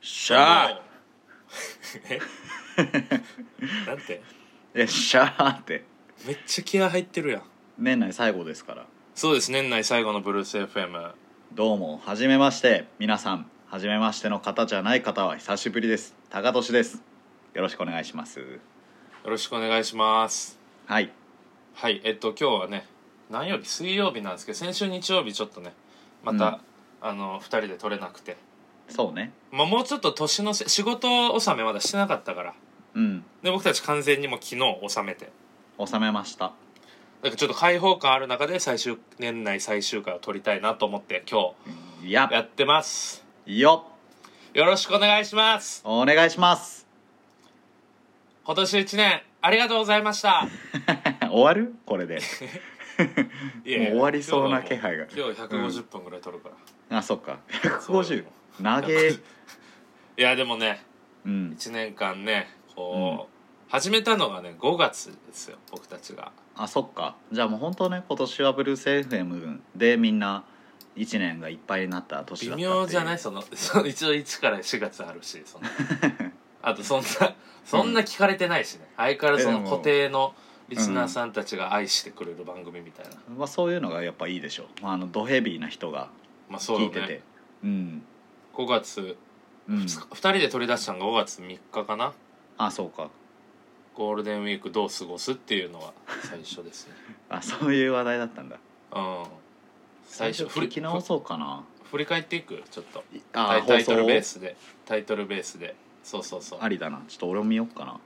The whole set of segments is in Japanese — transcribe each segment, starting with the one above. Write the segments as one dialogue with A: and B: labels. A: しゃー
B: えなんて
A: えしゃーって
B: めっちゃ気合入ってるやん
A: 年内最後ですから
B: そうです年内最後のブルース FM
A: どうもはじめまして皆さんはじめましての方じゃない方は久しぶりです高俊ですよろしくお願いします
B: よろしくお願いします
A: はい
B: はいえっと今日はね何曜日水曜日なんですけど先週日曜日ちょっとねまた、あの2人で撮れなくて、
A: そうね
B: まあ、もうちょっと年のせ仕事納めまだしてなかったから
A: うん
B: で僕たち完全にもう昨日納めて
A: 収めました
B: だからちょっと開放感ある中で最終年内最終回を撮りたいなと思って今
A: や
B: 日やってます
A: よ
B: よろしくお願いします
A: お願いします
B: 今年1年ありがとうございました
A: 終わるこ れで
B: いやい
A: も
B: や
A: う終わりそうな
B: 今日は
A: 気
B: も
A: 配が
B: 今日150分ぐらい撮るから、
A: あそっか
B: そう
A: 150投 げ
B: いやでもね
A: うん
B: 1年間ねこう、始めたのがね5月ですよ僕たちが
A: あそっかじゃあもう本当ね今年はブルース FM でみんな1年がいっぱいになった年だ
B: 微
A: ったっていう
B: 妙じゃないそのその 一応1から4月あるしその あとそんなそんな聞かれてないしね、相変わらずそ
A: え
B: の
A: でも
B: 固定のリスナーさんたちが愛してくれる番組みたいな、
A: まあ、そういうのがやっぱいいでしょまあ、あのドヘビーな人が
B: まあそう
A: 聞い
B: よ
A: てて
B: ね
A: うん、
B: 5月、
A: う
B: 二
A: ん、
B: 2人で取り出したのが5月3日かな
A: あそうか
B: ゴールデンウィークどう過ごすっていうのは最初ですね
A: あそういう話題だったんだ
B: うん最初振
A: 聞
B: り
A: き直そうかな
B: 振り返っていくちょっとタ
A: あ
B: イタ
A: 放
B: イ
A: 送
B: トルベースでタイトルベースでそうそうそう
A: ありだなちょっと俺も見よっかな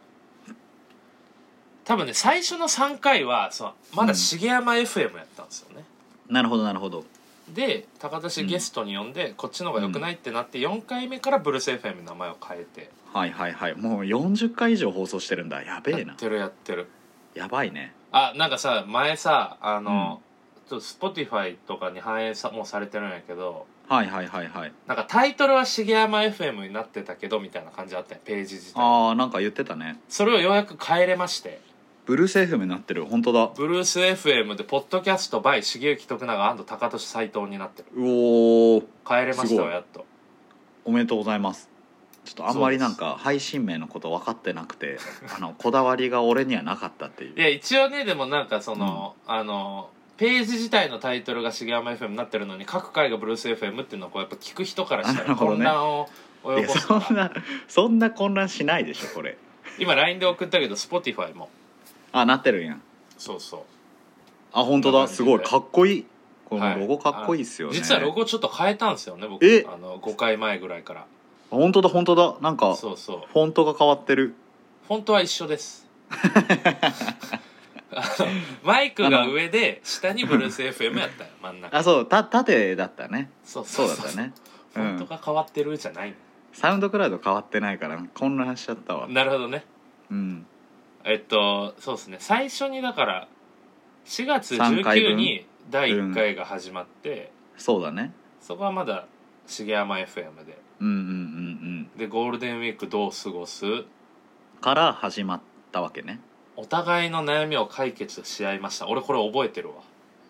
B: 多分ね最初の3回はそうまだ重山 FM やったんですよね、
A: なるほどなるほど
B: で高田氏ゲストに呼んで、こっちの方が良くないってなって4回目からブルース FM の名前を変えて
A: はいはいはいもう40回以上放送してるんだやべえ
B: や
A: な
B: ってるやってる
A: やばいね
B: あなんかさ前さあの、ちょっと Spotify とかに反映さもうされてるんやけど
A: はいはいはいはい
B: なんかタイトルは重山 FM になってたけどみたいな感じあったよページ自体
A: あーなんか言ってたね
B: それをようやく変えれまして
A: ブルース FM になってる本当だ
B: ブルース FM で「ポッドキャスト by 重幸徳永高俊斎藤」になって
A: う
B: る
A: おー
B: 変えれまし
A: す
B: た
A: ご
B: よ
A: い
B: やっと
A: おめでとうございますちょっとあんまりなんか配信名のこと分かってなくて あのこだわりが俺にはなかったっていう
B: いや一応ねでもなんかその、あのページ自体のタイトルが重山 FM になってるのに各回がブルース FM っていうのはこうやっぱ聞く人からした
A: あなる
B: ら
A: ほどね
B: 混乱を及
A: いや
B: ぼす
A: そ
B: か
A: ん
B: ら
A: なそんな混乱しないでしょこれ
B: 今 LINE で送ったけど Spotify も
A: あなってるんや
B: そうそう
A: あ本当
B: こんな
A: だ
B: 感じ
A: す
B: で
A: ごいかっこいいこ
B: は
A: のロゴかっこいいっすよね、
B: あ実はロゴちょっと変えたんですよね僕
A: え
B: あの5回前ぐらいから
A: あ本当だ本当だなんかフ
B: そうそう
A: ォントが変わってる
B: フォントは一緒です あのマイクが上で下にブルース FM やったよ真ん中
A: あそうた縦だったね
B: そう
A: そうだったね
B: フォントが変わってるじゃない、
A: サウンドクラウド変わってないから混乱しちゃったわ
B: なるほどね
A: うん
B: えっとそうですね最初にだから4月
A: 三回
B: 19
A: 分
B: に第1回が始まって、
A: そうだね
B: そこはまだ重山 FM で
A: うんうんうん
B: でゴールデンウィークどう過ごす
A: うんから始まったわけね
B: お互いの悩みを解決し合いました俺これ覚えてるわ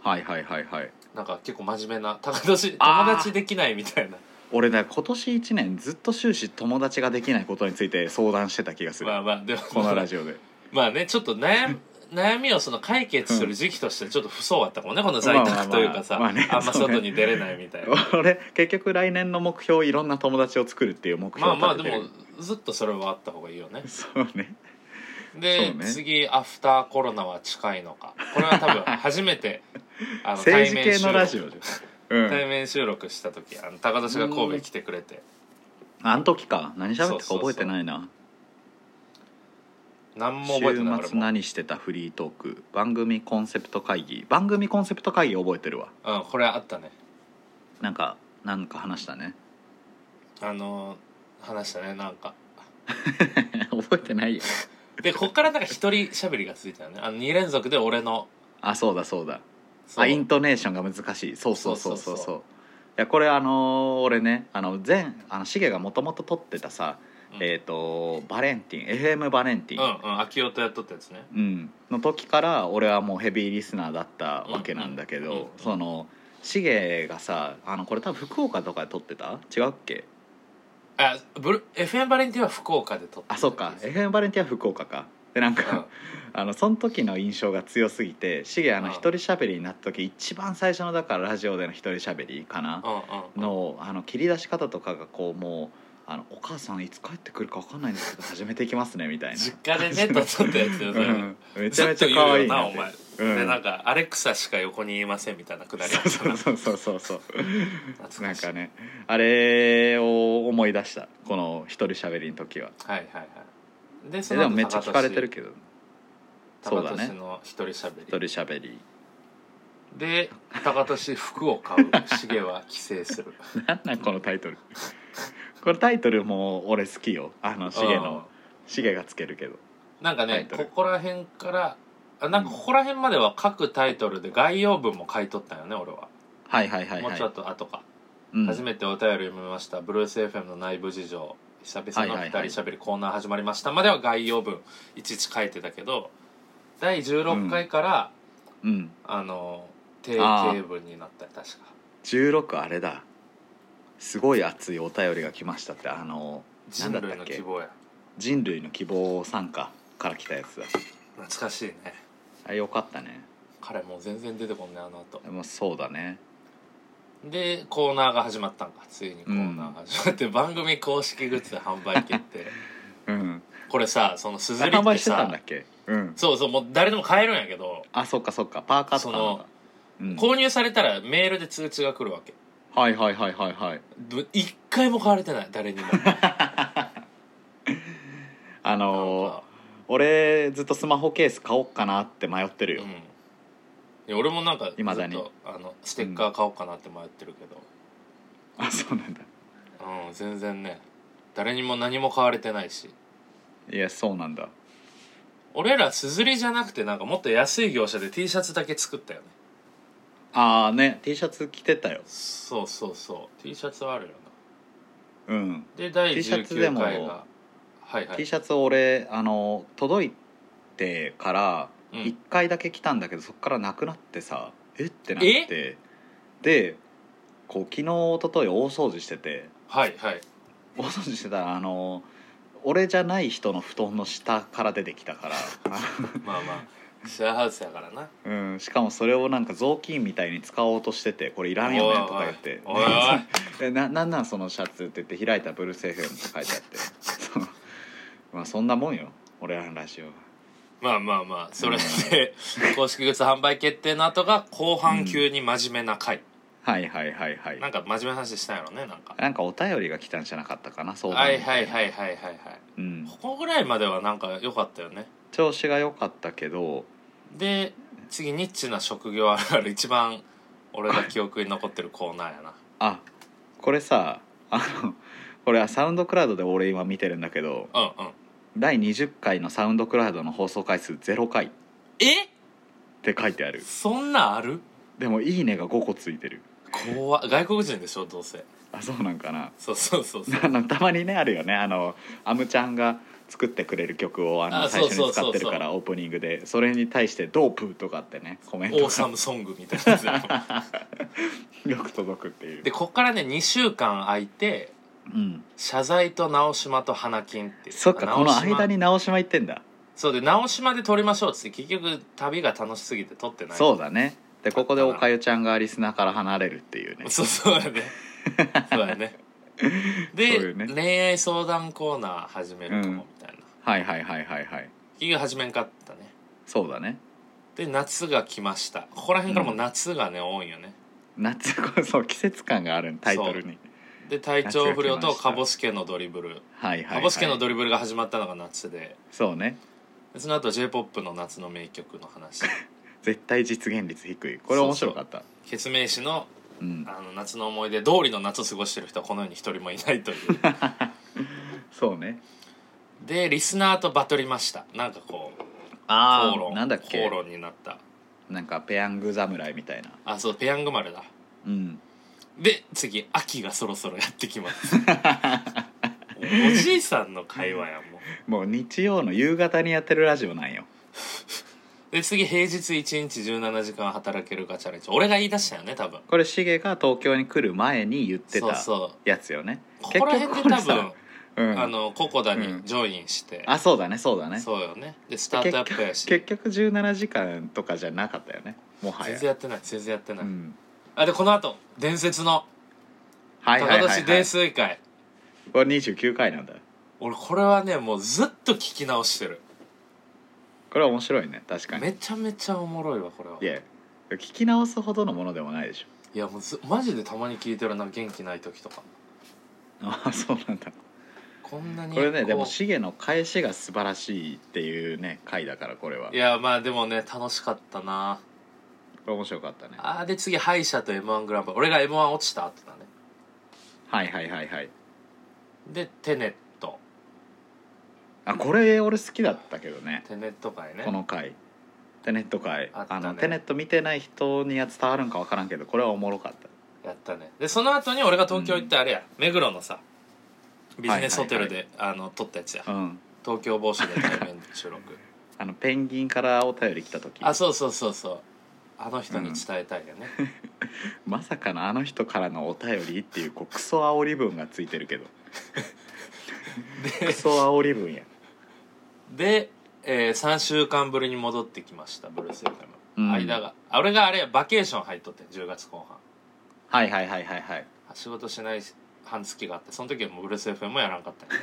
A: はいはいはいはい
B: なんか結構真面目な高年
A: あー
B: 友達できないみたいな
A: 俺だ今年1年ずっと終始友達ができないことについて相談してた気がする、
B: まあまあでも
A: このラジオで
B: まあねちょっと悩み悩みをその解決する時期としてちょっと不相あったかもねこの在宅というかさ
A: まあまあまあまあね
B: あんま外に出れないみたい な
A: 俺結局来年の目標いろんな友達を作るっていう目標
B: ま
A: を
B: あまあ
A: 立て
B: で
A: てる
B: もずっとそれはあった方がいいよね
A: そうね
B: で、
A: そうね
B: 次アフターコロナは近いのかこれは多分初 めてあの
A: 政治系のラジオ
B: 対面収
A: じゃん、う
B: 録
A: ん
B: 対、面収録した時あの高田氏が神戸来てくれて
A: あの時か何喋ったか覚えてないな
B: 何も覚えてな
A: 週
B: い俺
A: 末
B: も、
A: 何してたフリートーク番組コンセプト会議番組コンセプト会議覚えてるわ
B: うん、これあったね
A: なんかなんか話したね
B: あのー話したねなんか
A: 覚えてないよ
B: でこっからなんか一人喋りがついたよねあの2連続で俺の
A: あそうだそうだ
B: そ
A: あ
B: う
A: イントネーションが難しいそうそうそうそうそう
B: そうそうそう
A: いやこれあのー俺ねあの前あのシゲがもともと撮ってたさ、
B: うん
A: えっ、とバレンティン FM バレンティン、
B: うんうん秋夫とやっとったやつね
A: うんの時から俺はもうヘビーリスナーだったわけなんだけど、
B: うんうんうんうん
A: そのシゲがさあのこれ多分福岡とかで撮ってた違うっけ
B: あブル FM バレンティンは福岡で撮った
A: あそうか FM バレンティア福岡かでなんか、あのその時の印象が強すぎてシゲあ
B: う
A: の
B: ん
A: 一人喋りになった時一番最初のだからラジオでの一人喋りかな
B: うんうんうん
A: のあの切り出し方とかがこうもうあの「お母さんいつ帰ってくるか分かんないんですけど始めていきますね」みたいな。
B: 実家でねと撮ったやつよそれ、
A: うんめちゃめちゃ可愛いなって
B: ずっと
A: うん
B: でなんか「アレクサしか横にいません」みたいなくだりあっ
A: そ
B: た
A: う
B: な
A: そうそうそうそう
B: 懐
A: なん
B: しい
A: かねあれを思い出したこの一人喋りの時は
B: はいはいはいで
A: えでもめっちゃ聞かれてるけどそうだね
B: の一人喋
A: 一人
B: り
A: 喋り
B: で高俊服を買うシゲは帰省する
A: なんなんこのタイトルこのタイトルも俺好きよあ のシゲのシゲがつけるけど
B: うんなんか
A: タ
B: ね
A: イト
B: こ
A: ル
B: こら辺からあなんかここら辺までは各タイトルで概要文も書いとったよね俺は、
A: はいはいはい
B: もう
A: はい
B: ちょっと後か、
A: うん
B: 初めてお便り読みましたブルース FM の内部事情久々の
A: は
B: 二
A: い
B: 人
A: はいはい
B: 喋りコーナー始まりましたまでは概要文いちいち書いてたけど第16回から、
A: うん
B: あの定型文になったよ確か
A: 16あれだすごい熱いお便りが来ましたってあの
B: 人
A: な
B: 類
A: んだった
B: の
A: っけ
B: 希望や
A: 人類の希望参加から来たやつだ
B: 懐かしいね
A: あれよかったね
B: 彼もう全然出てこんねあの後
A: もうそうだね
B: でコーナーが始まったんかついにコーナーが始まって、番組公式グッズ販売決定
A: うん
B: これさそのすず り
A: 販
B: って
A: 売してたんだ
B: さ
A: っけうん
B: そうそうもう誰でも買えるんやけど、
A: あそっかそっかパーカーとかなんだうん
B: 購入されたらメールで通知が来るわけ
A: はいはいはいはいはい
B: ぶ一回も買われてない誰にも
A: あ
B: なん
A: の
B: か
A: ー俺ずっとスマホケース買おっかなって迷ってる
B: う
A: よ
B: ん、いや俺もなんかずっ
A: 未だに
B: とあのステッカー買おうかなって迷ってるけど、
A: あそうなんだ
B: うん全然ね誰にも何も買われてないし
A: いやそうなんだ
B: 俺らすずりじゃなくてなんかもっと安い業者で T シャツだけ作ったよね
A: ああね T シャツ着てたよ
B: そうそうそう T シャツはあるよな
A: うん
B: で第
A: T シャツで
B: 19
A: も
B: 回がはいは
A: T
B: い
A: シャツ俺あの届いてから
B: うん
A: 1回だけ着たんだけど、そっからなくなってさえってなってでこう昨日一昨日大掃除してて
B: はいはい
A: 大掃除してたらあの俺じゃない人の布団の下から出てきたから
B: まあまあシェアハウスやか らな
A: あの、うん、しかもそれをなんか雑巾みたいに使おうとしてて「これいらんよね」とか言って
B: おいおいおいおい
A: 「えな なんなんそのシャツ」って言って開いたらブルース FM って書いてあ ってそのまあそんなもんよ俺らのラジオは。
B: まあまあまあそれで公式グッズ販売決定の後が後半急に真面目な回、
A: はいはいはいはい
B: なんか真面目な話したんやろねなんか
A: なんかお便りが来たんじゃなかったかな相談
B: はいはい
A: い、
B: はいはいはいはい
A: うん、
B: ここぐらいまではなんか良かったよね
A: 調子が良かったけど
B: で次ニッチな職業あるある一番俺が記憶に残ってるコーナーやな
A: あこれさあの これはサウンドクラウドで俺今見てるんだけど
B: うんうん
A: 第20回のサウンドクラウドの放送回数0回っ
B: え
A: て書いてある
B: そんなんある
A: でも「いいね」が5個ついてる
B: 怖っ外国人でしょどうせ
A: あそうなんかな
B: そうそうそうそう
A: あのたまにねあるよねあのアムちゃんが作ってくれる曲をあの
B: あ
A: 最初
B: そ
A: に
B: うそうそう
A: 使
B: そう
A: ってるからオープニングでそれに対して「ドープ」とかってねコメン
B: オ
A: ト
B: ーサムソングみたいなやつや
A: よく届くっていう
B: でこっからね2週間空いて
A: うん
B: 謝罪と直島と花金っていう
A: そっかこ
B: 直
A: の
B: 島
A: 間に直島行ってんだ
B: そうで直島で撮りましょうっつって結局旅が楽しすぎて撮ってない
A: そうだねでここでおかゆちゃんがリスナーから離れるっていうね
B: そうそうだねそう だね
A: そう
B: で
A: よね
B: 恋愛相談コーナー始めるかもみたいな、
A: はいはいはいはいはい
B: 結局始めんかったね
A: そうだね
B: で夏が来ましたここら辺からもう夏がね、多いよね
A: 夏こそう季節感があるタイトルに
B: で体調不良
A: 夏が来ま
B: と
A: した
B: カボスケのドリブル
A: はいはい、はい、
B: カボスケのドリブルが始まったのが夏で
A: そうね
B: でその後 j p o p の夏の名曲 の話
A: 絶対実現率低いこれ面白かった
B: ケツメイシの
A: うん
B: あの夏の思い出通りの夏を過ごしてる人はこの世に一人もいないという
A: そうね
B: でリスナーとバトりましたなんかこう
A: あ
B: 口論
A: なんだっけ
B: 口論になった
A: なんかペヤング侍みたいな
B: あそうペヤング丸だ
A: うん
B: で次秋がそろそろやってき ますおじいさんの会話やんもう
A: もう日曜の夕方にやってるラジオなんよ
B: で次平日1日17時間働けるかチャレンジ俺が言い出したよね多分
A: これシゲが東京に来る前に言って
B: そう
A: た
B: そ
A: やつよね
B: うここら辺で多分、
A: うん、
B: あのココダ
A: う
B: に
A: ん
B: ジョインして、
A: あそうだねそうだね
B: そうよねでスタートアップやし
A: 結局17時間とかじゃなかったよねもはや
B: 全然やってない全然やってない、
A: うん、
B: あでこの後伝説の
A: はいはいはい、
B: 高
A: は
B: 年
A: い、
B: 泥酔会、
A: これ29回なんだ
B: 俺これはねもうずっと聞き直してる
A: これは面白いね確かに
B: めちゃめちゃおもろいわこれはい
A: や聞き直すほどのものでもないでしょ
B: いやもうずマジでたまに聞いてるな元気ない時とか
A: ああそうなんだ
B: こんなに
A: これねでも
B: う
A: シゲの返しが素晴らしいっていうね回だからこれはい
B: やまあでもね楽しかったな
A: これ面白かったねは
B: あーで次歯医者と m 1グランプリ俺が m 1落ちた後だね
A: いはいはいはい
B: でテネット
A: あこれ俺好きだったけどね
B: テネット会ね
A: この回テネット回
B: あった
A: あ
B: ね
A: のテネット見てない人には伝わるんかわからんけどこれはおもろかった
B: やったねでその後に俺が東京行ってあれや、目黒のさビジネスホテルで、あの撮ったやつや
A: うん
B: 東京帽子で対面 収録
A: あのペンギンからお便り来た時
B: あそうそうそうそうあの人に伝えたいよね、
A: まさかのあの人からのお便りっていうこうクソ煽り文がついてる けどクソ煽り文や
B: で、えー、3週間ぶりに戻ってきましたブルース・エフェ
A: うん
B: ム間があ俺があれやバケーション入っとって10月後半
A: はいはいはいはいはい
B: 仕事しない半月があってその時はもうブルース・エフェムもやらんかったんや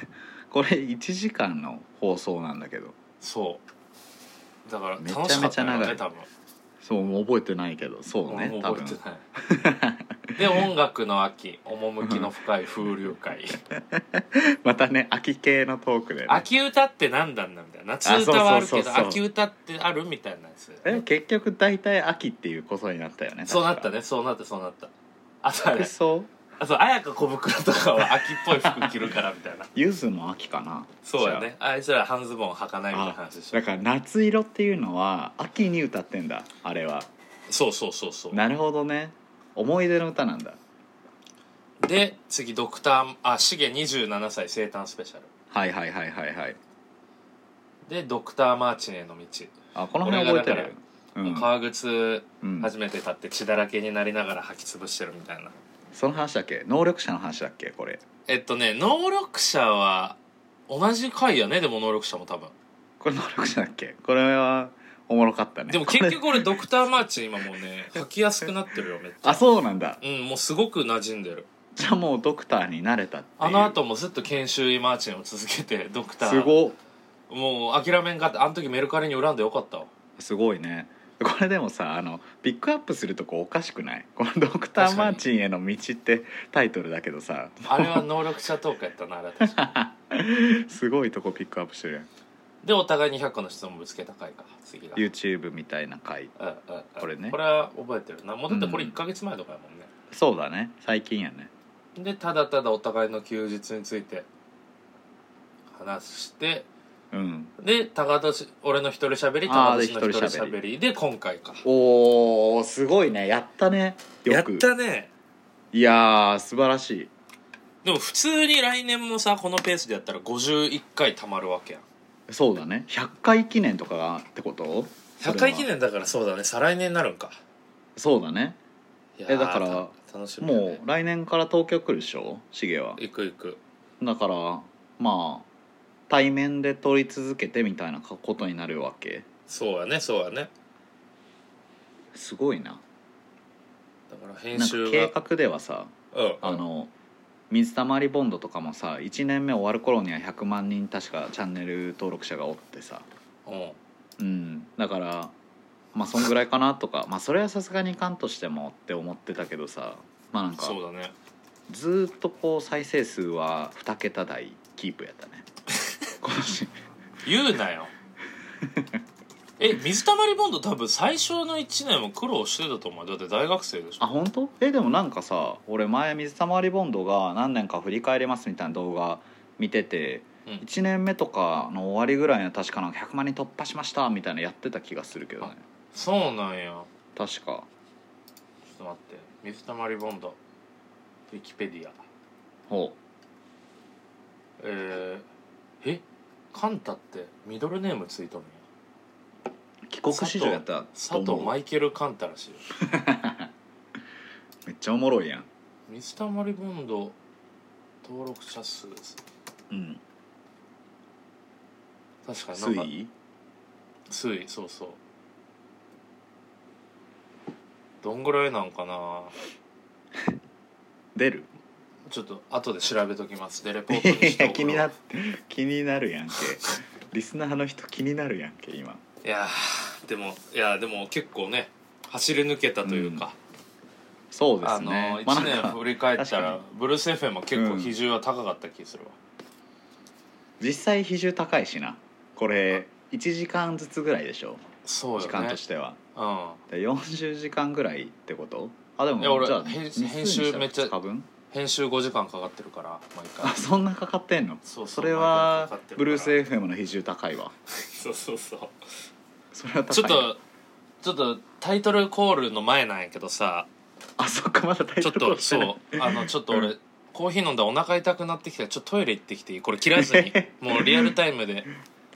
A: これ1時間の放送なんだけど
B: そうだから
A: めちゃ
B: 楽しか
A: め
B: っ
A: ちゃ
B: たよ
A: 長
B: ね
A: い
B: 多分
A: そうもう覚えてないけどそう
B: 俺
A: ね
B: も
A: 多
B: 覚
A: 分
B: えてないで音楽の秋趣の深い風流 会
A: またね秋系のトークで、ね、
B: 秋歌って何なんだみたいな夏歌はあるけど秋歌ってあるみたいなやつ
A: でも結局大体秋っていうことになったよね
B: そうなった
A: ね
B: ねそうなったそうなったあとあ
A: ク
B: れ
A: ソ
B: あそう綾香小袋とかは秋っぽい服着るからみた いな
A: ゆずも秋かな
B: そうやねあいつら半ズボン履かないみたいな話でし
A: だ
B: ょ
A: から夏色っていうのは秋に歌ってんだあれは
B: そうそうそうそ
A: なるほどね思い出の歌なんだ
B: うで次ドクターあシゲ27歳生誕スペシャル
A: はいはいはいはいはい
B: でドクターマーチンへの道、
A: あこの辺覚えてるようん
B: 革靴
A: うん
B: 初めて立って血だらけになりながら履き潰してるみたいな
A: その話だっけ能力者の話だっけこれ
B: えっとね能力者は同じ回やねでも能力者も多分
A: これ能力者だっけこれはおもろかったね
B: でも結
A: こ
B: 局俺ドクターマーチン今もう ね履きやすくなってるよめっ
A: れ
B: ち
A: あ
B: ゃ
A: そうなんだ
B: うんもうすごく馴染んでる
A: じゃあもうドクターになれたっていう
B: あの後もずっと研修医マーチンを続けて ドクター
A: すご
B: もう諦めんかってあの時メルカリに恨んでよかったわ
A: すごいねこれでもさあのピックアップするとこおかしくないこの「ドクター・マーチンへの道」ってタイトルだけどさ
B: あれは能力者トークやったなあれは確か
A: すごいとこピックアップしてるやん
B: でお互い200個の質問ぶつけた回か次が
A: YouTube みたいな回
B: うんうんうん
A: これね
B: これは覚えてるなもうだってこれ
A: うん
B: 1か月前とかやもんね、
A: そうだね最近やね
B: でただただお互いの休日について話して
A: うん
B: で高田し俺の一人喋り
A: あー
B: 高田
A: で
B: 氏の一人
A: 一人
B: 喋
A: 喋
B: りで今回か
A: おーすごいねやったね
B: や
A: よ
B: っ
A: く
B: たね
A: いやー素晴らしい
B: でも普通に来年もさこのペースでやったら51回たまるわけやん
A: そうだね100回記念とかがってこと
B: 100回記
A: それは
B: 念だからそうだね再来年になるんか
A: そうだね
B: いや
A: えだから
B: た楽しみだね、
A: もう来年から東京来るでしょシゲは
B: 行く行く
A: だからまあ対面で撮り続けてみたいなことになるわけ
B: そうやねそうやね
A: すごいな
B: だから
A: な
B: 編
A: んか
B: 集
A: 計
B: が
A: 画ではさ
B: うん
A: あの水たまりボンドとかもさ1年目終わる頃には100万人確かチャンネル登録者がおってさ
B: うん
A: うんだからまあそんぐらいかなとかまあそれはさすがにいかんとしてもって思ってたけどさまあなんか
B: そうだね
A: ずーっとこう再生数は2桁台キープやったね今 年
B: 言うなよ え水たまりボンド多分最初の1年も苦労してたと思うよだって大学生でし
A: あ
B: ょ
A: 本当えでもなんかさ俺前水たまりボンドが何年か振り返りますみたいな動画見てて、
B: うん
A: 1年目とかの終わりぐらいには確かなんか100万人突破しましたみたいなやってた気がするけどね
B: そうなんや
A: 確か
B: ちょっと待って水たまりボンドウィキペディア
A: ほ
B: えー、えカンタってミドルネームついとるんや
A: う聞国史上やった
B: 佐藤マイケル・カンタらしいよ
A: めっちゃおもろいやん
B: ミスターマリボンド登録者数です
A: うん
B: 確かになんか
A: 推移
B: 推移そうそうどんぐらいなんかな
A: 出る
B: ちょっと後で調べときますでレポートにし
A: い
B: て お
A: や
B: こう
A: 気にな気になるやんけリスナーの人気になるやんけ今
B: いやーでもいやでも結構ね走り抜けたというか、
A: そうで
B: あ
A: す
B: の
A: ね
B: 1年振り返った
A: 確
B: ら
A: か
B: ブルース FM は結構比重は高かった気するわ、
A: 実際比重高いしなこれ1時間ずつぐらいでしょ
B: そう
A: 時
B: よ
A: 間
B: ね
A: としては
B: うん
A: で40時間ぐらいってことあで
B: いや
A: も
B: 俺
A: じゃあ
B: 編
A: 日数に
B: 編集めっちゃ
A: したら二日分
B: 編集5時間かかってるから毎
A: あ
B: 回
A: そんなかかってんの
B: そう
A: それはブルース
B: エ
A: FM の比重高いわ
B: そうそうそう
A: それは高い
B: ちょっとちょっとタイトルコールの前なんやけどさ
A: あそっかまだタイ
B: ちょ
A: ト
B: っ
A: ルコー
B: と
A: ルして
B: そ
A: ないう
B: あのちょっと俺、
A: う
B: コーヒー飲んだらお腹痛くなってきたらちょっとトイレ行ってきていいこれ切らず にもうリアルタイムで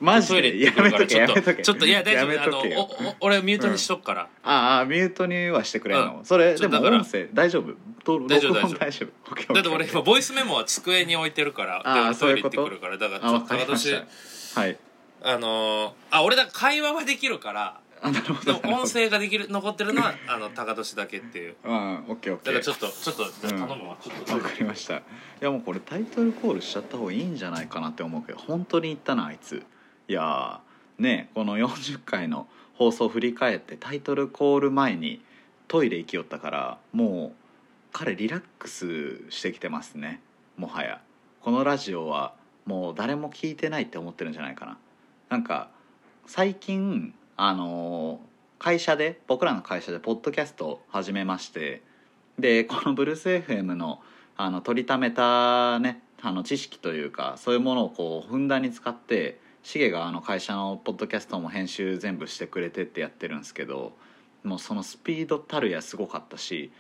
A: マジ
B: トイレ
A: で
B: 行っ
A: や
B: てくる
A: め
B: か
A: とけやめと
B: らちょっと
A: け
B: ちょっといや大丈
A: や
B: 夫
A: め
B: あの
A: とけよ
B: おお俺ミュートにしとくから、
A: ああミュートにはしてくれんの、それ
B: ち
A: で
B: ょっと
A: も
B: だから
A: 音声大丈夫と
B: 大丈夫
A: 録音
B: 大
A: 大丈夫オッケーオッケー
B: だって俺今ボイスメモは机に置いてるから
A: あー
B: で俺
A: そう
B: トイ
A: い
B: レ
A: うこ
B: 行って
A: と
B: くるからだから
A: あ
B: ちょ
A: わ
B: っ
A: か
B: と
A: りまし
B: 私
A: たはい
B: あのーあ俺だから会話はできるから
A: あなるほ
B: で
A: ど
B: も音声ができる残ってるのはあの高年だけっていう
A: うんオッケーオッケ
B: だからち
A: ー
B: ょっとちょっとじゃあ頼むわ、ちょっ と
A: わかりましたいやもうこれタイトルコールしちゃった方がいいんじゃないかなって思うけど本当に言ったなあいついやーねこの40回の放送振り返ってタイトルコール前にトイレ行きよったからもう彼リラックスしてきてますねもはやこのラジオはもう誰も聞いてないって思ってるんじゃないかななんか最近あのー会社で僕らの会社でポッドキャストを始めましてでこのブルース FM のあの取りためたねあの知識というかそういうものをこうふんだんに使ってシゲがあの会社のポッドキャストも編集全部してくれてってやってるんですけどもうそのスピードたるやすごかったし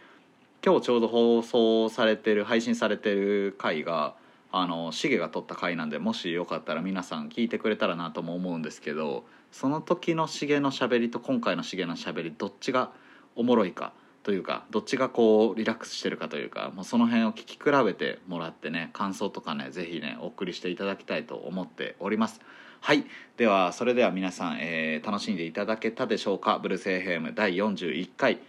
A: 今日ちょうど放送されてる配信されてる回があのシゲが撮った回なんでもしよかったら皆さん聞いてくれたらなとも思うんですけどその時のシゲのしゃべりと今回のシゲのしゃべりどっちがおもろいかというかどっちがこうリラックスしてるかというかもうその辺を聞き比べてもらってね感想とかねぜひねお送りしていただきたいと思っておりますはいではそれでは皆さん、えー楽しんでいただけたでしょうかブルース FM 第41回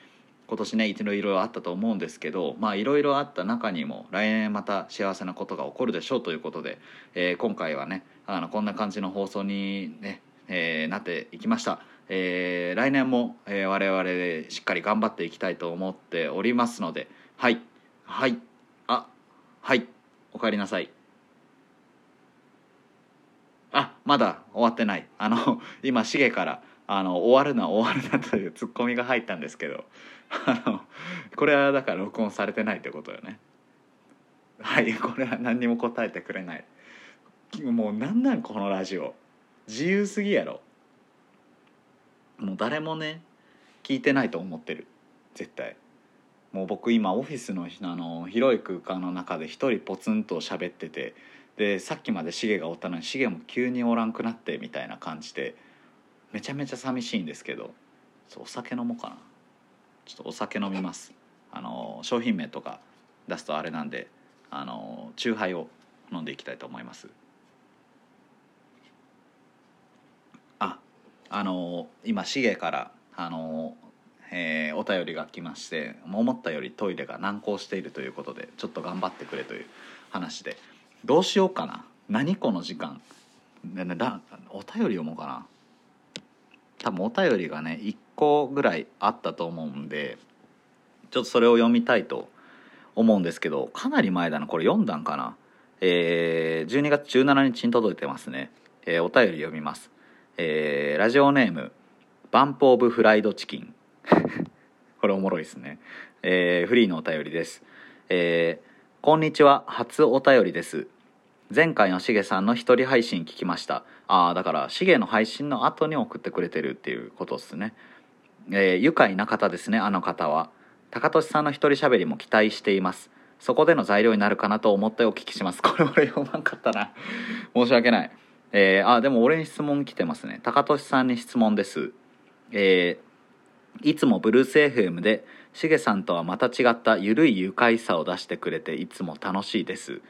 A: 今年ねいろいろあったと思うんですけどまあいろいろあった中にも来年また幸せなことが起こるでしょうということで、えー今回はねあのこんな感じの放送に、ねえーなっていきました。えー来年も、えー我々でしっかり頑張っていきたいと思っておりますのではいはいあはいおかえりなさいあまだ終わってないあの 今シゲからあの「終わるな終わるな」 というツッコミが入ったんですけどあのこれはだから録音されてないってことよねはいこれは何にも答えてくれないもうなんなんこのラジオ自由すぎやろもう誰もね聞いてないと思ってる絶対もう僕今オフィスのあの広い空間の中で一人ポツンと喋っててでさっきまでシゲがおったのにシゲも急におらんくなってみたいな感じでめちゃめちゃ寂しいんですけどちょっとお酒飲もうかなちょっとお酒飲みますあの商品名とか出すとあれなんであのチューハイを飲んでいきたいと思いますああの今シゲからあの、えーお便りが来まして思ったよりトイレが難航しているということでちょっと頑張ってくれという話でどうしようかな何この時間ねねだお便り読もうかな多分お便りがね1個ぐらいあったと思うんでちょっとそれを読みたいと思うんですけどかなり前だなこれ読んだんかなえー12月17日に届いてますね、えーお便り読みますえーラジオネームバンプ・オブ・フライド・チキン これおもろいですね、えーフリーのお便りです、えーこんにちは初お便りです前回のしげさんの一人配信聞きましたあーだからしげの配信の後に送ってくれてるっていうことですね、えー愉快な方ですねあの方は高俊さんの一人喋りも期待していますそこでの材料になるかなと思ってお聞きしますこれ俺読まんかったな申し訳ないえーあでも俺に質問来てますね高俊さんに質問です、えーいつもブルース FM でしげさんとはまた違ったゆるい愉快さを出してくれていつも楽しいです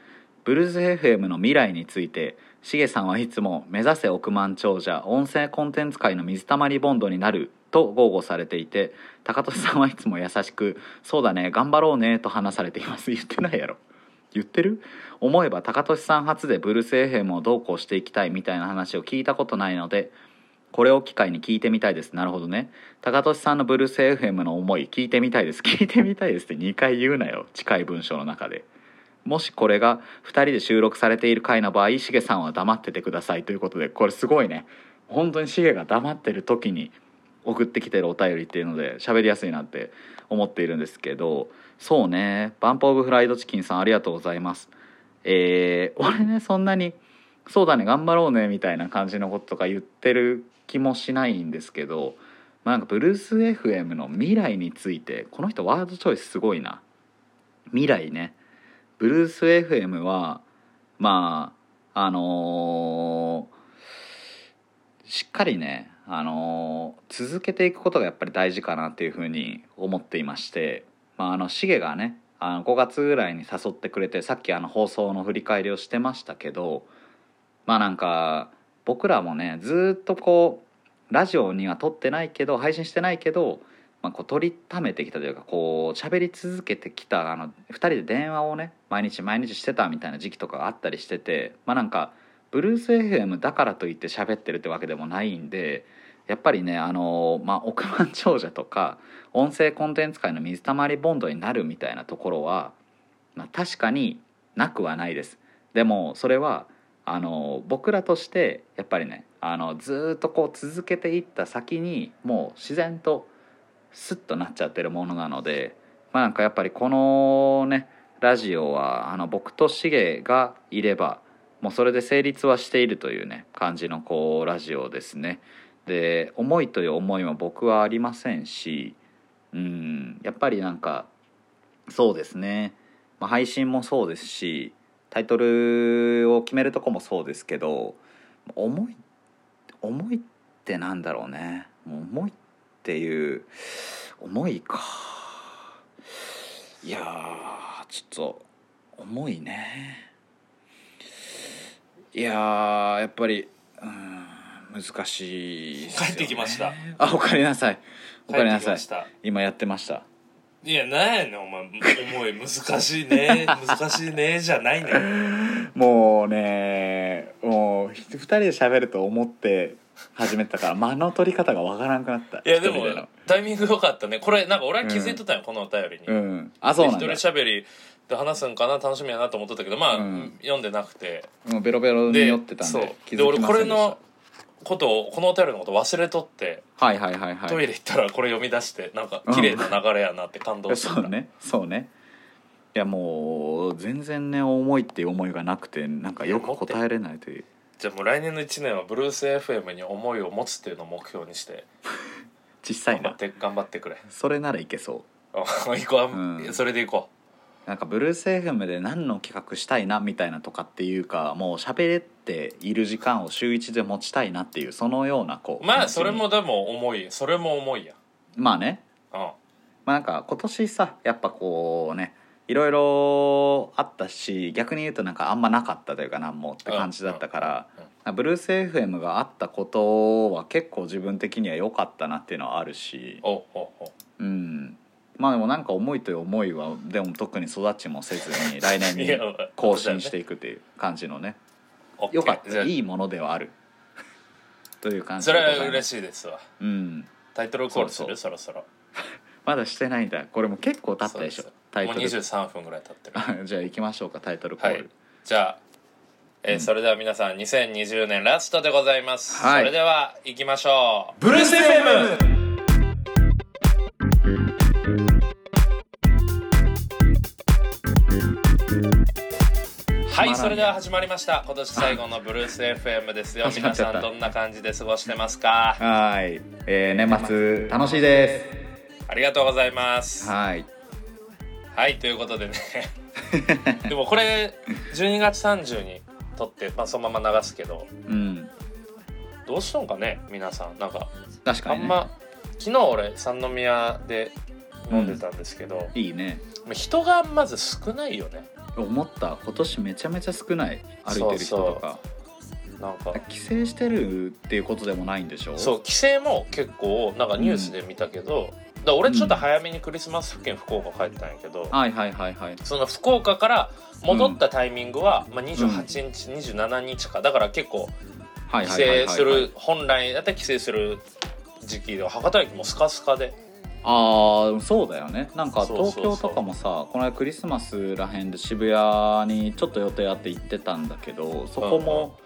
A: ブルース FM の未来についてしげさんはいつも「目指せ億万長者音声コンテンツ界の水たまりボンドになる」と豪語されていて高俊さんはいつも優しく「そうだね頑張ろうね」と話されています言ってないやろ言ってる思えば高俊さん初でブルース FM をどうこうしていきたいみたいな話を聞いたことないのでこれを機会に聞いてみたいですなるほどね高俊さんのブルース FM の思い聞いてみたいです 聞いてみたいですって2回言うなよ近い文章の中でもしこれが2人で収録されている回の場合しげさんは黙っててくださいということでこれすごいね本当にしげが黙ってる時に送ってきてるお便りっていうので喋りやすいなって思っているんですけどそうねバンプ・オブ・フライド・チキンさんありがとうございますえー、俺ねそんなに「そうだね頑張ろうね」みたいな感じのこととか言ってる気もしないんですけど、まあ、なんかブルース FM の未来についてこの人ワードチョイスすごいな未来ねブルース FM はまああのーしっかりね、あのー続けていくことがやっぱり大事かなっていうふうに思っていましてまああのシゲがねあの5月ぐらいに誘ってくれてさっきあの放送の振り返りをしてましたけどまあなんか僕らもねずーっとこうラジオには撮ってないけど配信してないけど、まあ、こう撮りためてきたというかこう喋り続けてきたあの2人で電話をね毎日毎日してたみたいな時期とかがあったりしててまあなんかブルース FM だからといって喋ってるってわけでもないんでやっぱりねあの、まあ、億万長者とか音声コンテンツ界の水たまりボンドになるみたいなところは、まあ、確かになくはないです。でもそれはあの僕らとしてやっぱりねあのずーっとこう続けていった先にもう自然とスッとなっちゃってるものなので、まあ、なんかやっぱりこのねラジオはあの僕としげがいればもうそれで成立はしているというね感じのこうラジオですね。で思いという思いは僕はありませんしうんやっぱりなんかそうですね、まあ、配信もそうですしタイトルを決めるとこもそうですけど思い思いってなんだろうねもう思いっていう思いかいやーちょっと思いねいやーやっぱりうん難しいすよね
B: 帰ってきました
A: あおかえりなさいおかえりな
B: 帰
A: さ
B: っ
A: い
B: てきました
A: 今やってました
B: いやなんやねんお前思い難しい ね難しいねじゃないねん
A: もうねもうひ二人で喋ると思って始めてた から間の取り方がわからなくなった
B: いやで
A: 一
B: も
A: 人の
B: タイミング良かったねこれなんか俺は気づいとったよ、このお便りに、
A: うんあそうなん
B: で
A: だ
B: 一人喋りで話すんかな楽しみやなと思っとったけどまあ、
A: うん
B: 読んでなくて
A: もうベロベロに酔ってたんで
B: そう
A: 気
B: で
A: づ
B: 俺
A: きま
B: こ
A: せ
B: れ
A: んでし
B: のことをこのお便りのこと忘れとって、
A: たはいはいはいはい
B: トイレ行ったらこれ読み出してなんか綺麗な流れやなって感動した、
A: そうねそうねいやもう全然ね思いっていう思いがなくてなんかよく答えれないという
B: じゃあもう来年の1年はブルース FM に思いを持つっていうのを目標にして
A: 小さい
B: 頑張っ
A: な
B: て頑張ってくれ
A: それならいけそう
B: 行こう、
A: うん
B: それで行こ
A: なんかブルース FM で何の企画したいなみたいなとかっていうかもう喋っている時間を週一で持ちたいなっていうそのようなこ
B: う
A: う
B: ま
A: 感
B: あ
A: じ
B: それもでも思いそれも思いや
A: まあね、
B: うん
A: まあ、なんか今年さやっぱこうねいろいろあったし逆に言うとなんかあんまなかったというか何もって感じだったから、
B: うんうん
A: ブルース FM があったことは結構自分的には良かったなっていうのはあるし
B: おうおうおう
A: うんまあでもなんか思いという思いはでも特に育ちもせずに来年
B: い
A: に
B: や
A: 更新していくっていう感じのね
B: オッケー
A: よかっ
B: じ
A: た
B: ゃあ
A: いいものではある という感じ
B: それは
A: しい、
B: 嬉しいですわ
A: うん、
B: タイトルコールするそろそろ
A: まだしてないんだこれも結構経ったでしょ
B: そうす
A: タイ
B: も
A: ト
B: う
A: ル
B: 23分ぐらい経って る
A: じゃあ行きましょうかタイトルコ
B: は
A: ー
B: い
A: ル、
B: じゃあ、えーそれでは皆さん2020年ラストでございます、
A: はい
B: それでは行きましょう
A: ブルース FM まら
B: は
A: ないい
B: それでは始まりました今年最後のブルース FM ですよ
A: 始ま
B: 皆
A: っちゃ
B: さ
A: った
B: んどんな感じで過ごしてますか
A: はい、えー年末楽しいで
B: ありがとうございます
A: すはい
B: はいということ でねでもこれ12月30に撮って、まあ、そのまま流すけど
A: うん
B: どうしようかね皆さんなんか
A: 確
B: あ
A: かに、
B: ん
A: ね、
B: ま昨日俺三宮で飲んでたんですけど、
A: いいね
B: もう人がまず少ないよね
A: 思った今年めちゃめちゃ少ない歩いてる人とか
B: なんか
A: 帰省してるっていうことでもないんでしょ
B: そう規制も結構なんかニュースで見たけど、だから俺ちょっと早めにクリスマス付近福岡帰ったんやけど、
A: はいはいはいはい
B: その福岡から戻ったタイミングは、まあ、28日、27日かだから結構
A: はいはいはい
B: 帰省
A: はい
B: する本来だったら帰省する時期で博多駅もスカスカで
A: ああそうだよねなんか
B: そうそう
A: 東
B: そう
A: 京とかもさこの間クリスマスらへんで渋谷にちょっと予定あって行ってたんだけどそこも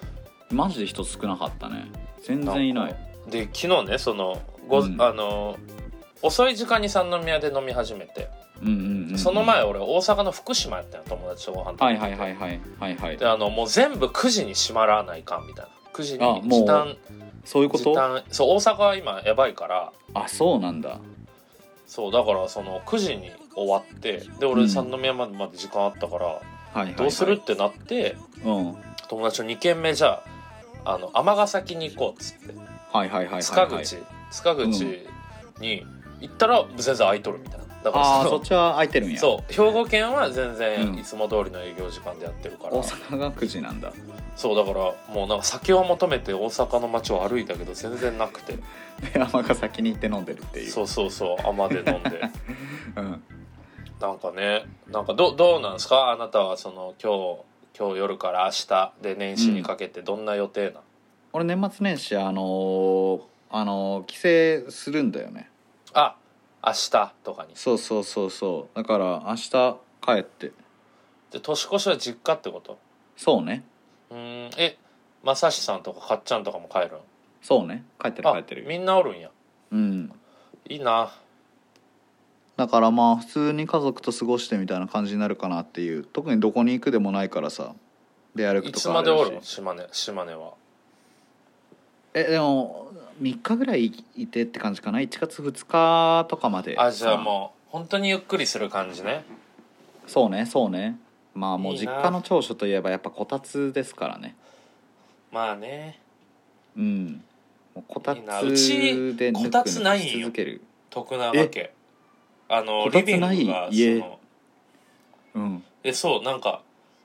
A: マジで人少なかったね全然いない
B: で昨日ねそのご、
A: うん
B: あの遅い時間に三宮で飲み始めて、
A: うんうん、うん、
B: その前俺大阪の福島やったよ友達とご飯食べて
A: はいはいはいはいはいはい
B: であのもう全部9時に閉まらないかんみたいな9時
A: あ
B: に
A: もう
B: 時短
A: そういうこ
B: 時
A: と
B: 短そう大阪は今やばいから
A: あそうなんだ
B: そうだからその9時に終わって
A: う
B: で俺
A: ん
B: 三宮までまで時間あったから
A: はいはい、はい、
B: どうするってなって
A: うんはい
B: 友達の2軒目じゃああの尼崎に行こうっつって
A: はいはいはい
B: 塚
A: はい
B: 口塚口に行ったら全然空いとるみたいなだから
A: ああ
B: そ
A: そっ
B: の
A: ちは空いてるんや
B: そう兵庫県は全
A: う
B: 然
A: ん
B: いつも通りの営業時間でやってるから
A: 大阪が9時なんだ
B: そうだからもうなんか酒を求めて大阪の街を歩いたけど全然なくて
A: 山が先に行って飲んでるっていう
B: そうそうそう甘で飲ん で
A: うん、
B: なんかねなんかどどうなんですかあなたはその今日今日夜から明日で年始にかけてどんな予定な、
A: 俺年末年始あのーあのー帰省するんだよね
B: あ明日とかに
A: そうそうそうそうだから明日帰って
B: で年越しは実家ってこと
A: そうね
B: うーんえまさしさんとかかっちゃんとかも帰るん
A: そうね帰ってる帰
B: あ
A: ってる
B: みんなおるんや
A: うん
B: いいな
A: だからまあ普通に家族と過ごしてみたいな感じになるかなっていう特にどこに行くでもないからさ出歩く
B: い
A: と
B: つ
A: かあ
B: ま
A: れ
B: で
A: だし
B: おるん島根島根は
A: えでも3日ぐらいいてって感じかな1月2日とかまで
B: あじゃあもう本当にゆっくりする感じね
A: うそうねそうねまあもう
B: いい
A: 実
B: な
A: 家の長所といえばやっぱこたつですからね
B: まあね
A: うんもうこたつ
B: いい
A: で
B: なうち
A: ぬくぬく
B: こたつないんよ
A: し続ける
B: 得なわけあの
A: こ
B: リ
A: た
B: ビ
A: つ
B: ング
A: ない
B: がそ
A: 家
B: の
A: うん
B: えそうなんか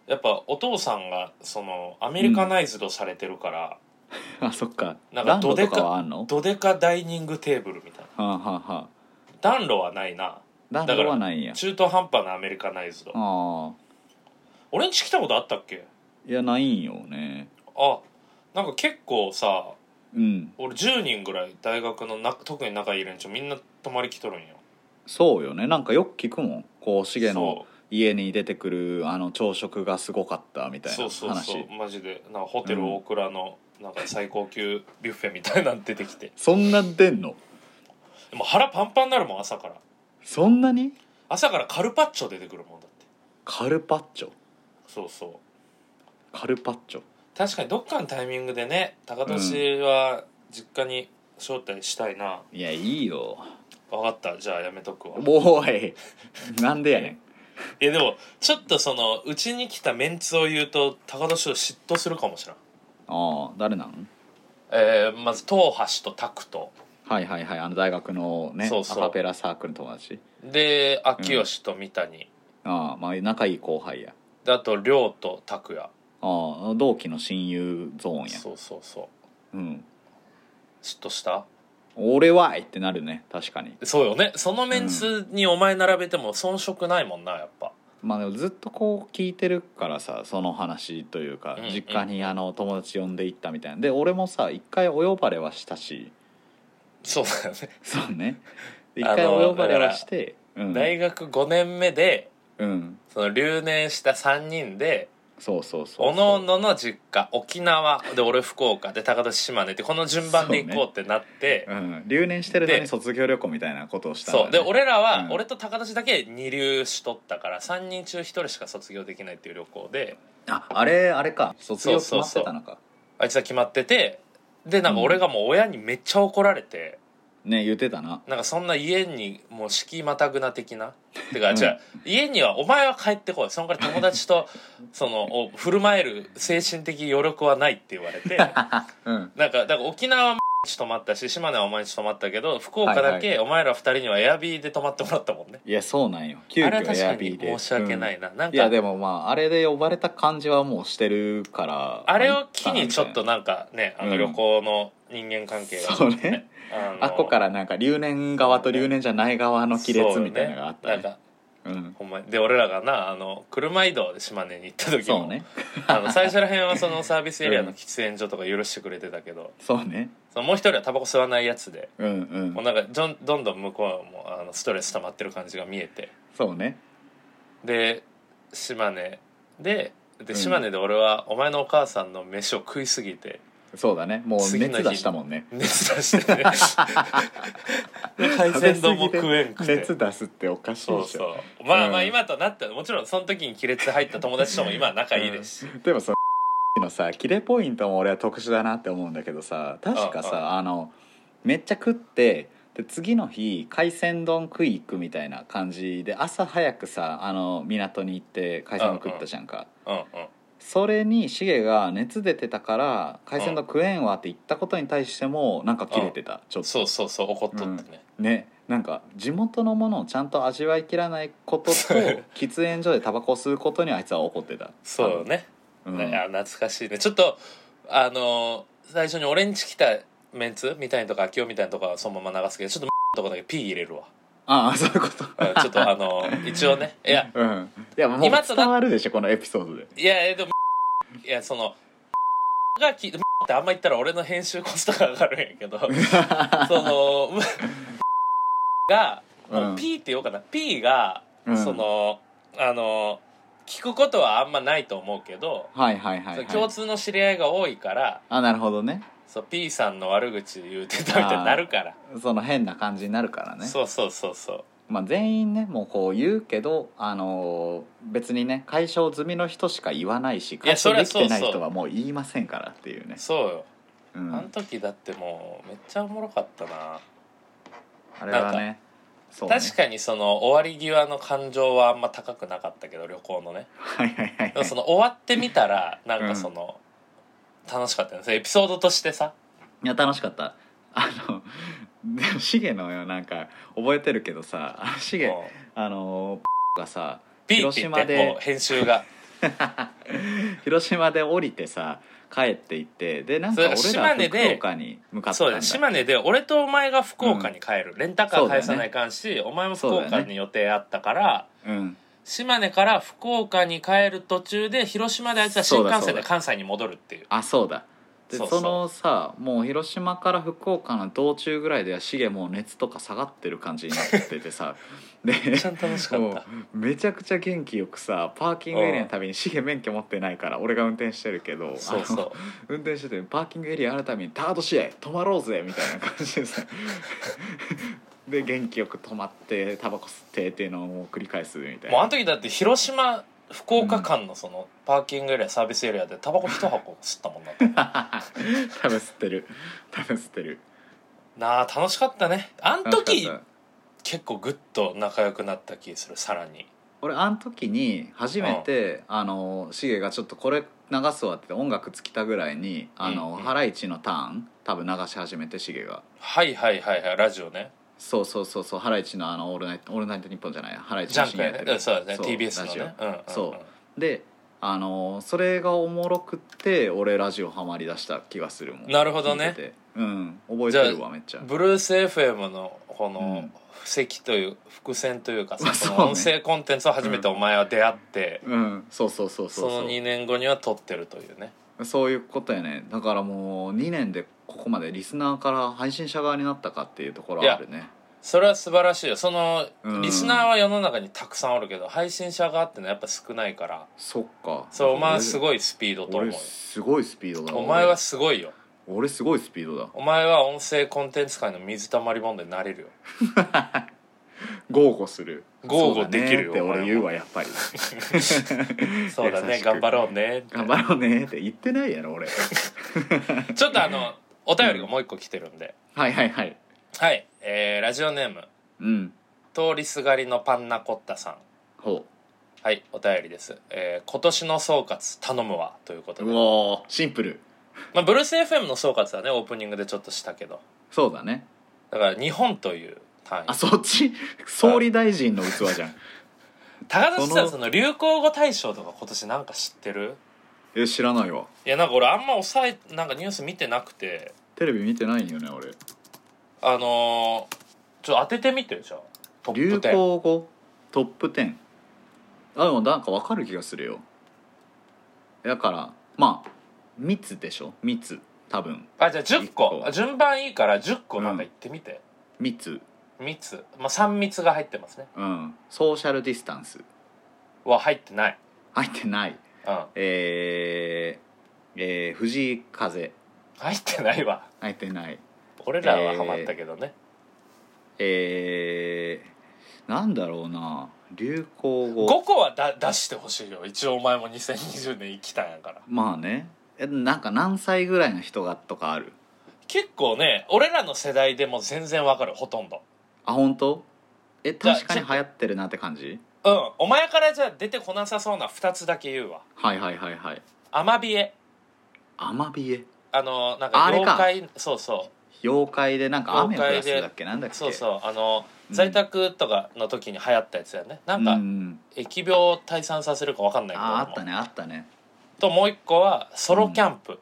B: やっぱお父さんがそのアメリカナイズドされてるから、
A: あそっか
B: なんか
A: ランド
B: どで
A: と
B: か
A: かはあんの
B: どでかダイニングテーブルみたいな
A: はあ、はあはあ、
B: 暖炉はないな
A: ランドはないんや
B: 中途半端なアメリカナイズド
A: ああ
B: 俺んち来たことあったっけ
A: いやないんよね
B: あなんか結構さ
A: うん
B: 俺10人ぐらい大学のな特に仲いい連中みんな泊まり来とるんよ
A: そうよねなんかよく聞くもんこうシゲの
B: そ
A: 家に出てくるあの朝食がすごかったみ
B: う
A: たいな
B: そう
A: 話
B: そうそうマジでなんかホテル大倉のなんか最高級ビュッフェみたいなの出てきて
A: そんな出んの
B: もう腹パンパンになるもん朝から
A: そんなに
B: 朝からカルパッチョ出てくるもんだって
A: カルパッチョ
B: そうそう
A: カルパッチョ
B: 確かにどっかのタイミングでね高年は実家に招待したいな、
A: いやいいよ
B: 分かったじゃあやめとくわ
A: おいなんでやねん
B: いやでもちょっとそのうちに来たメンツを言うと高年を嫉妬するかもしれ
A: あ
B: ん
A: あ誰なん
B: えー、まず東橋とタクト
A: はいはいはいあの大学のね
B: そうそう
A: アカペラサークルの友達
B: で秋吉と三谷、
A: ああまあ仲いい後輩や
B: であと亮と拓也
A: ああ同期の親友ゾーンや
B: そうそうそう
A: うん
B: 嫉妬した
A: 俺はいってなるね確かに
B: そうよねそのメンツにお前並べても遜色ないもんなやっぱ
A: まあでもずっとこう聞いてるからさその話というか
B: うんうん
A: 実家にあの友達呼んで行ったみたいなで俺もさ一回お呼ばれはしたし
B: そうだよね、
A: そうね一
B: あの
A: 回お呼ばれはしてうん
B: 大学5年目で
A: うん
B: その留年した3人で
A: そうそうそう
B: おのおのの実家沖縄で俺福岡で高田島根ってこの順番で行こうってなって
A: うん、留年してるの
B: で
A: に卒業旅行みたいなことをしたん
B: そう,、
A: だ
B: で
A: よね
B: 俺らは、
A: うん
B: 俺と高田氏だけ二流しとったから3人中1人しか卒業できないっていう旅行で
A: ああれあれか卒業決
B: そう
A: ま
B: そ
A: っ
B: うそう
A: てたのか
B: あいつは決まっててでなんか俺がもう親にめっちゃ怒られて、
A: ね言ってた な
B: なんかそんな家にもう敷居またぐな的なてか、
A: うん
B: じゃあ家にはお前は帰ってこいそんから友 達とその お振る舞える精神的余力はないって言われて。
A: うん
B: なんかだから沖縄ち泊まったし島根はお前んち泊まったけど福岡だけお前ら二人にはエアビーで泊まってもらったもんね、
A: いやそうなんよ急
B: あれは
A: 遽
B: 確
A: エ
B: か
A: アビ
B: に
A: ーで
B: 申し訳ないな、なん
A: うんいや
B: か
A: でもまああれで呼ばれた感じはもうしてるから
B: あれを機にちょっと
A: ま
B: なんかねあ
A: う
B: の
A: ん
B: 旅行の人間関係
A: あ
B: が、
A: いいんじゃないそうね
B: あの
A: あっこからなんか留年側と留年じゃない側の亀裂みたいなのがあった
B: そうよねなん
A: ね
B: か
A: うん
B: ほんまにで俺らがなあの車移動で島根に行った時
A: そう
B: も、
A: ね
B: あの最初ら辺はそのサービスエリアの喫煙所とか許してくれてたけど、
A: そうね
B: そのもう一人はタバコ吸わないやつで
A: うんうん
B: もうなんかどんどんどん向こうもあのストレス溜まってる感じが見えて
A: そうね
B: で島根で
A: う
B: で
A: ん
B: 島根で俺はお前のお母さんの飯を食いすぎて
A: そうだねもう
B: 次の
A: 熱
B: 日
A: 出したもんね
B: 熱出し てねで海鮮丼も食えんくて
A: 熱出すっておかしい
B: そう
A: でしょ
B: そう まあまあ
A: うん
B: 今となってはもちろんその時に亀裂入った友達とも今は仲いいですし、
A: でもそのの さキレポイントも俺は特殊だなって思うんだけどさ確か
B: あ
A: さあのめっちゃ食ってで次の日海鮮丼食い行くみたいな感じで朝早くさあの港に行って海鮮丼食ったじゃんか
B: うんうん
A: それにシゲが熱出てたから海鮮丼食えんわって言ったことに対してもなんかキレてたちょっと
B: そうそうそう怒っとってね、
A: ねなんか地元のものをちゃんと味わいきらない ことと喫煙所でタバコを吸うことにあいつは怒ってた
B: そうよね、
A: うん
B: ねあ懐かしいねちょっとあのー最初に俺んち来たメンツみたいなとか秋夫みたいなとかはそのまま流すけどちょっととこだけ P 入れるわ
A: ああそういうこと
B: うんちょっとあのー一応ねいや
A: うんいやもう
B: 今とな
A: 伝わるでしょこのエピソードで
B: いやえでもいやそのがきってあんま言ったら俺の編集コストが上がるんやけど そ のがもう P って言おうかな P が、
A: うん
B: そのあの聞くことはあんまないと思うけど、
A: はいはいはい、は
B: そ
A: い、
B: の共通の知り合いが多いから
A: あなるほどね
B: そう P さんの悪口言うてたみたいになるから、
A: その変な感じになるからね
B: そうそうそうそう
A: まあ、全員ねもうこう言うけど、あのー別にね解消済みの人しか言わないし
B: や
A: 解消でき
B: そり
A: て
B: ゃ
A: ない
B: そうそう
A: 人はもう言いませんからっていうね
B: そうよ、
A: う
B: あの
A: ん、
B: 時だってもうめっちゃおもろかったな、
A: あれはねそうね
B: 確かにその終わり際の感情はあんま高くなかったけど旅行のね
A: はいはいはい
B: でもその終わってみたらなんかその、楽しかったよねそれエピソードとしてさ
A: いや楽しかったあのでもシゲのよなんか覚えてるけどさあのシゲ
B: もう
A: あのがさ
B: P って
A: 広
B: 言
A: 島
B: っ
A: で
B: てもう編集が
A: 広島で降りてさ帰って行ってでなんか
B: そう
A: 俺
B: だから島
A: ら
B: 根
A: 福
B: で
A: 岡に向かったん
B: そう
A: だ
B: だ島根で俺とお前が福岡に帰る、レンタカー返さないかんし、お前も福
A: そうだ
B: 岡
A: よね
B: に予定あったから、
A: うん
B: 島根から福岡に帰る途中で広島であいつは新
A: そ
B: 幹
A: うだそ
B: 線
A: うだ
B: で関西に戻るっていう
A: あそうだで
B: そう
A: そ
B: そう
A: のさもう広島から福岡の道中ぐらいではシゲもう熱とか下がってる感じになってて さで
B: めっちゃ楽しかっ
A: も
B: た
A: うめちゃくちゃ元気よくさパーキングエリアのたびにシゲ免許持ってないから俺が運転してるけど
B: そう
A: あの
B: そ
A: 運転しててパーキングエリアあるためにタードシエ止まろうぜみたいな感じでさで元気よく止まってタバコ吸ってっていうのをもう繰り返すみた
B: う
A: い
B: もうあ
A: な
B: の時だって広島福岡間のそのパーキングエリアサービスエリアでタバコ一箱吸った もんな
A: 多分吸ってる多分吸ってる
B: なあ楽しかったねあの時
A: 楽しかった
B: 結構グッと仲良くなった気するさらに
A: 俺あの時に初めて、あのシゲがちょっとこれ流すわって音楽つきたぐらいにあの、
B: うんうん
A: ハライチのターン多分流し始めてシゲが
B: はいはいはいはいラジオね
A: そうそうそうそうハライチのあのオールナイトオールナイトニッポンじゃないハライチ
B: ジ
A: の
B: ャン
A: 深
B: ク
A: 夜
B: や
A: やっ
B: ね
A: て
B: う
A: る
B: んそうだね
A: そうラ
B: TBS
A: ジ
B: の
A: オ
B: ね、うんうんん
A: そうであのそれがおもろくって俺ラジオハマりだした気がするもん
B: なるほどね
A: 聞いててうん覚えてるわめっちゃ
B: ブルース FM のこ
A: う
B: の
A: ん
B: 布石という伏線というか
A: ま
B: さ
A: あ
B: そ
A: そう
B: の
A: ね
B: 音声コンテンツを初めてお前は出会って
A: うんそうそうそうそ
B: そうの2年後には撮ってるというね
A: そういうことやねだからもう2年でここまでリスナーから配信者側になったかっていうところはあるね
B: それは素晴らしいよその
A: うん
B: リスナーは世の中にたくさんおるけど配信者があってのはやっぱ少ないから
A: そっか
B: それお前はすごいスピードと思う
A: 俺
B: よ
A: すごいスピードだわ
B: お前はすごいよ
A: 俺すごいスピードだ
B: お前は音声コンテンツ界の水たまりボンドに なれるよ
A: 豪語する
B: 豪語でき
A: そうだ
B: るよ
A: ねって俺言う
B: お
A: わやっぱり
B: そうだ
A: 優
B: ね
A: しく
B: 頑張ろうね
A: 頑張ろうねって言ってないやろ俺
B: ちょっとあのお便りがもう一個来てるんで、
A: はいはいはい
B: はい、えーラジオネーム
A: うん
B: 通りすがりのパンナコッタさん
A: ほ
B: はいお便りです、えー今年の総括頼むわというこ
A: う
B: と
A: う
B: で
A: おーシンプル
B: まあ、ブルース FM の総括はねオープニングでちょっとしたけど
A: そうだね
B: だから日本という単位
A: あそっち総理大臣の器じゃん
B: 高田さんその流行語大賞とか今年なんか知ってる
A: え知らないわ
B: いやなんか俺あんま抑えなんかニュース見てなくて
A: テレビ見てないんよね俺
B: あのーちょっと当ててみてるじゃんトップ
A: 流
B: 10
A: 行語トップ10あでもなんかわかる気がするよだからまあ密でしょ密多分
B: あじゃあ10
A: 一
B: 個
A: 個
B: あ順番いいから10個なんか言ってみて、
A: 密
B: 密まあ3密が入ってますね
A: うんソーシャルディスタンス
B: は入ってない
A: 入ってない
B: うん
A: えー、えー、藤井風
B: 入ってないわ
A: 入ってない
B: 俺らはハマったけどね、
A: えー、なんだろうな流行
B: 五
A: 語
B: 5個はだ出してほしいよ一応お前も2020年生きたんやから
A: まあねえなんか何歳ぐらいの人がとかある
B: 結構ね俺らの世代でも全然わかるほとんど
A: あ本当え
B: じゃあ
A: 確かに流行ってるなって感じ
B: うんお前からじゃあ出てこなさそうな2つだけ言うわ
A: はいはいはいはい
B: アマビエ
A: アマビエ
B: あのな
A: あ
B: んか
A: あれ
B: 妖
A: か
B: 怪そうそ
A: 妖怪でなんか雨を降
B: 妖
A: ら
B: 怪です
A: だっけなんだっ
B: う
A: け
B: そうそうあの
A: うん
B: 在宅とかの時に流行ったやつやねな
A: うん
B: んか、
A: うん
B: 疫病を退散させるかわかんないけど
A: ああったねあったね
B: ともう一個はソロキャンプ、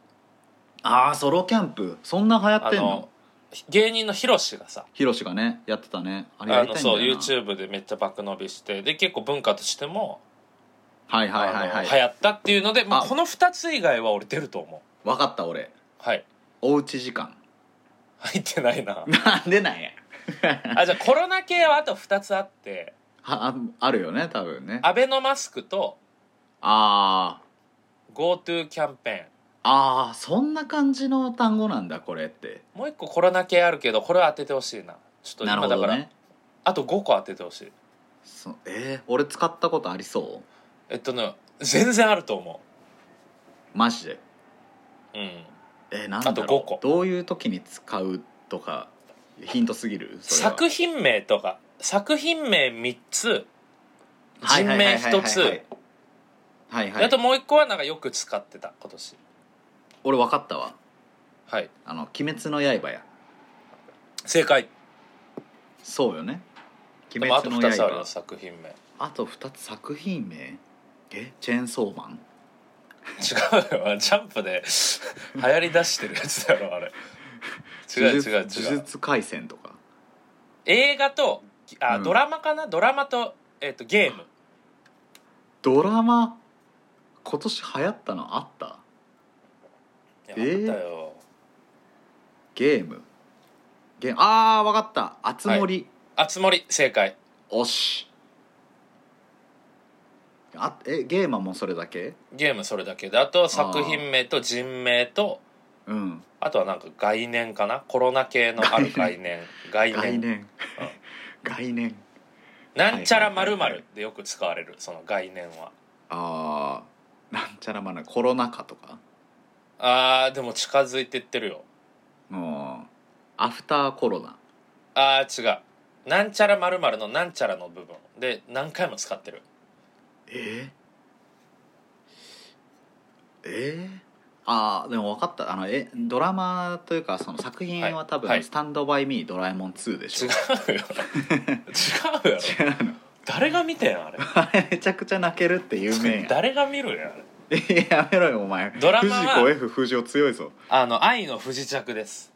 A: ああソロキャンプそんな流行っ
B: あ
A: てんの
B: の芸人のヒロシがさ
A: ヒロシがねやってたねあれや
B: あ
A: りた
B: の
A: いんだ
B: そう
A: よな
B: YouTube でめっちゃ爆伸びしてで結構文化としても、
A: はいはいはいは
B: あ
A: い
B: の流行ったっていうので、まあ、
A: あ
B: この2つ以外は俺出ると思う
A: わかった俺
B: はい
A: おうち時間
B: 入ってないな
A: なんでなんや
B: あじゃあコロナ系はあと2つあって
A: はああるよね多分ねあ
B: アベノマスクと
A: あー
B: GoTo キャンペーン
A: あーそんな感じの単語なんだこれって
B: もう一個コロナ系あるけどこれは当ててほしいなちょっと
A: なるほ
B: 今だか
A: ど
B: ら、
A: ね
B: あと5個当ててほしい
A: そえー、俺使ったことありそ
B: えっとね全然あると思
A: うマジで
B: ううん
A: えー、なんだろう
B: あと5個
A: どういう時に使うとかヒントすぎるそれは
B: 作品名とか作品名3つ
A: はいはいはいはい
B: 人名一つ
A: はいはい
B: あともう一個はなんかよく使ってた今年
A: 俺分かったわ
B: はい
A: あの「鬼滅の刃」や
B: 正解
A: そうよね「
B: で
A: 鬼
B: もあと
A: 滅の
B: 2つある
A: 刃
B: よ」作品名違
A: あと2つ作品名えチェーンソーマン
B: うよジャンプ で流行り出してるやつだろあれ違
A: 呪
B: う
A: 術
B: 違う違
A: 呪
B: う
A: 術廻戦とか
B: 映画とあ、
A: うん
B: ドラマかなドラマと,、えっとゲーム
A: ドラマ今年流行ったのあった
B: いや
A: えー
B: あったよ
A: ゲームゲームあー分かったあつ森、
B: あつ森正解
A: おしあえゲームはもうそれだけ
B: ゲームそれだけであと作品名と人名と
A: うん
B: あとはなんか概念かなコロナ系のある概念概 念
A: 概念 概念
B: なんちゃら
A: はいは
B: ま
A: いはいは
B: るま
A: い
B: るでよく使われるその概念は
A: あーなんちゃらまなコロナ禍とか
B: あーでも近づいてってるよ
A: もうアフターコロナ
B: あー違うなんちゃらまるまるのなんちゃらの部分で何回も使ってる
A: えー、えー、あーでも分かったあのえドラマというかその作品は多分「
B: はいはい
A: スタンド・バイ・ミードラえもん2」でし
B: 違
A: ょ
B: うよ違うよ
A: 違うの
B: 誰が見てんあれ
A: あれ めちゃくちゃ泣けるって有名や
B: 誰が見るんやあれ
A: ん やめろよお前
B: ドラマは
A: 藤子 F 不二雄強いぞ
B: あの愛の不時着です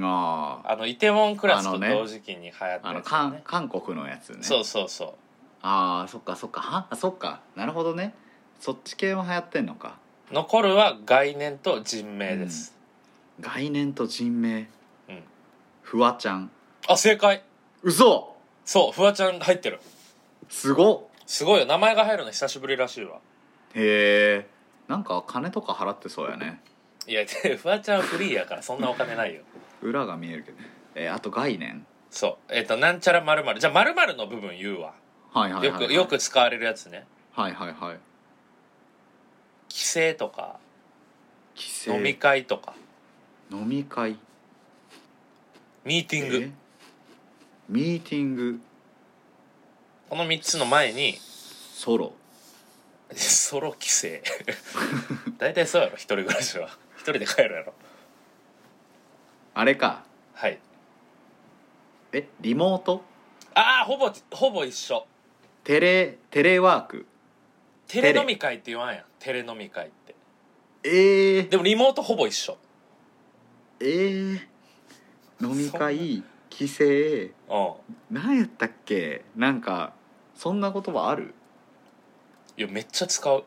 A: ああ
B: あのイテウォンクラス
A: あ
B: と
A: のね
B: 同時期に流行った
A: あ
B: や
A: の
B: つだね
A: 韓韓国のやつね
B: そうそうそう
A: ああそっかそっかはあそっかなるほどねそっち系も流行ってんのか
B: 残るは概念と人名です、
A: 概念と人名
B: うん
A: フワちゃん
B: あ正解
A: 嘘
B: そうフワちゃん入ってる
A: すごっ
B: すごいよ名前が入るの久しぶりらしいわ
A: へえんか金とか払ってそうやね
B: いやでフワちゃんフリーやからそんなお金ないよ
A: 裏が見えるけど、えーあと概念
B: そうえっ、となんちゃらまるまるじゃあまるまるの部分言うわ
A: はいはい
B: よ
A: はい、は
B: く
A: い、
B: よく使われるやつね
A: はいはいはい
B: 帰省とか
A: 規制
B: 飲み会とか
A: 飲み会
B: ミーティング、
A: えミーティング
B: この3つの前に
A: ソロ
B: ソロ帰省大体そうやろ一人暮らしは一人で帰るやろ
A: あれか
B: はい
A: えリモート
B: ああほぼほぼ一緒
A: テレテレワーク
B: テレ飲み会って言わんやんテレ飲み会って
A: ええ
B: でもリモートほぼ一緒
A: ええ飲み会帰省
B: うん
A: 何やったっけなんかそんな言葉ある
B: いやめっちゃ使う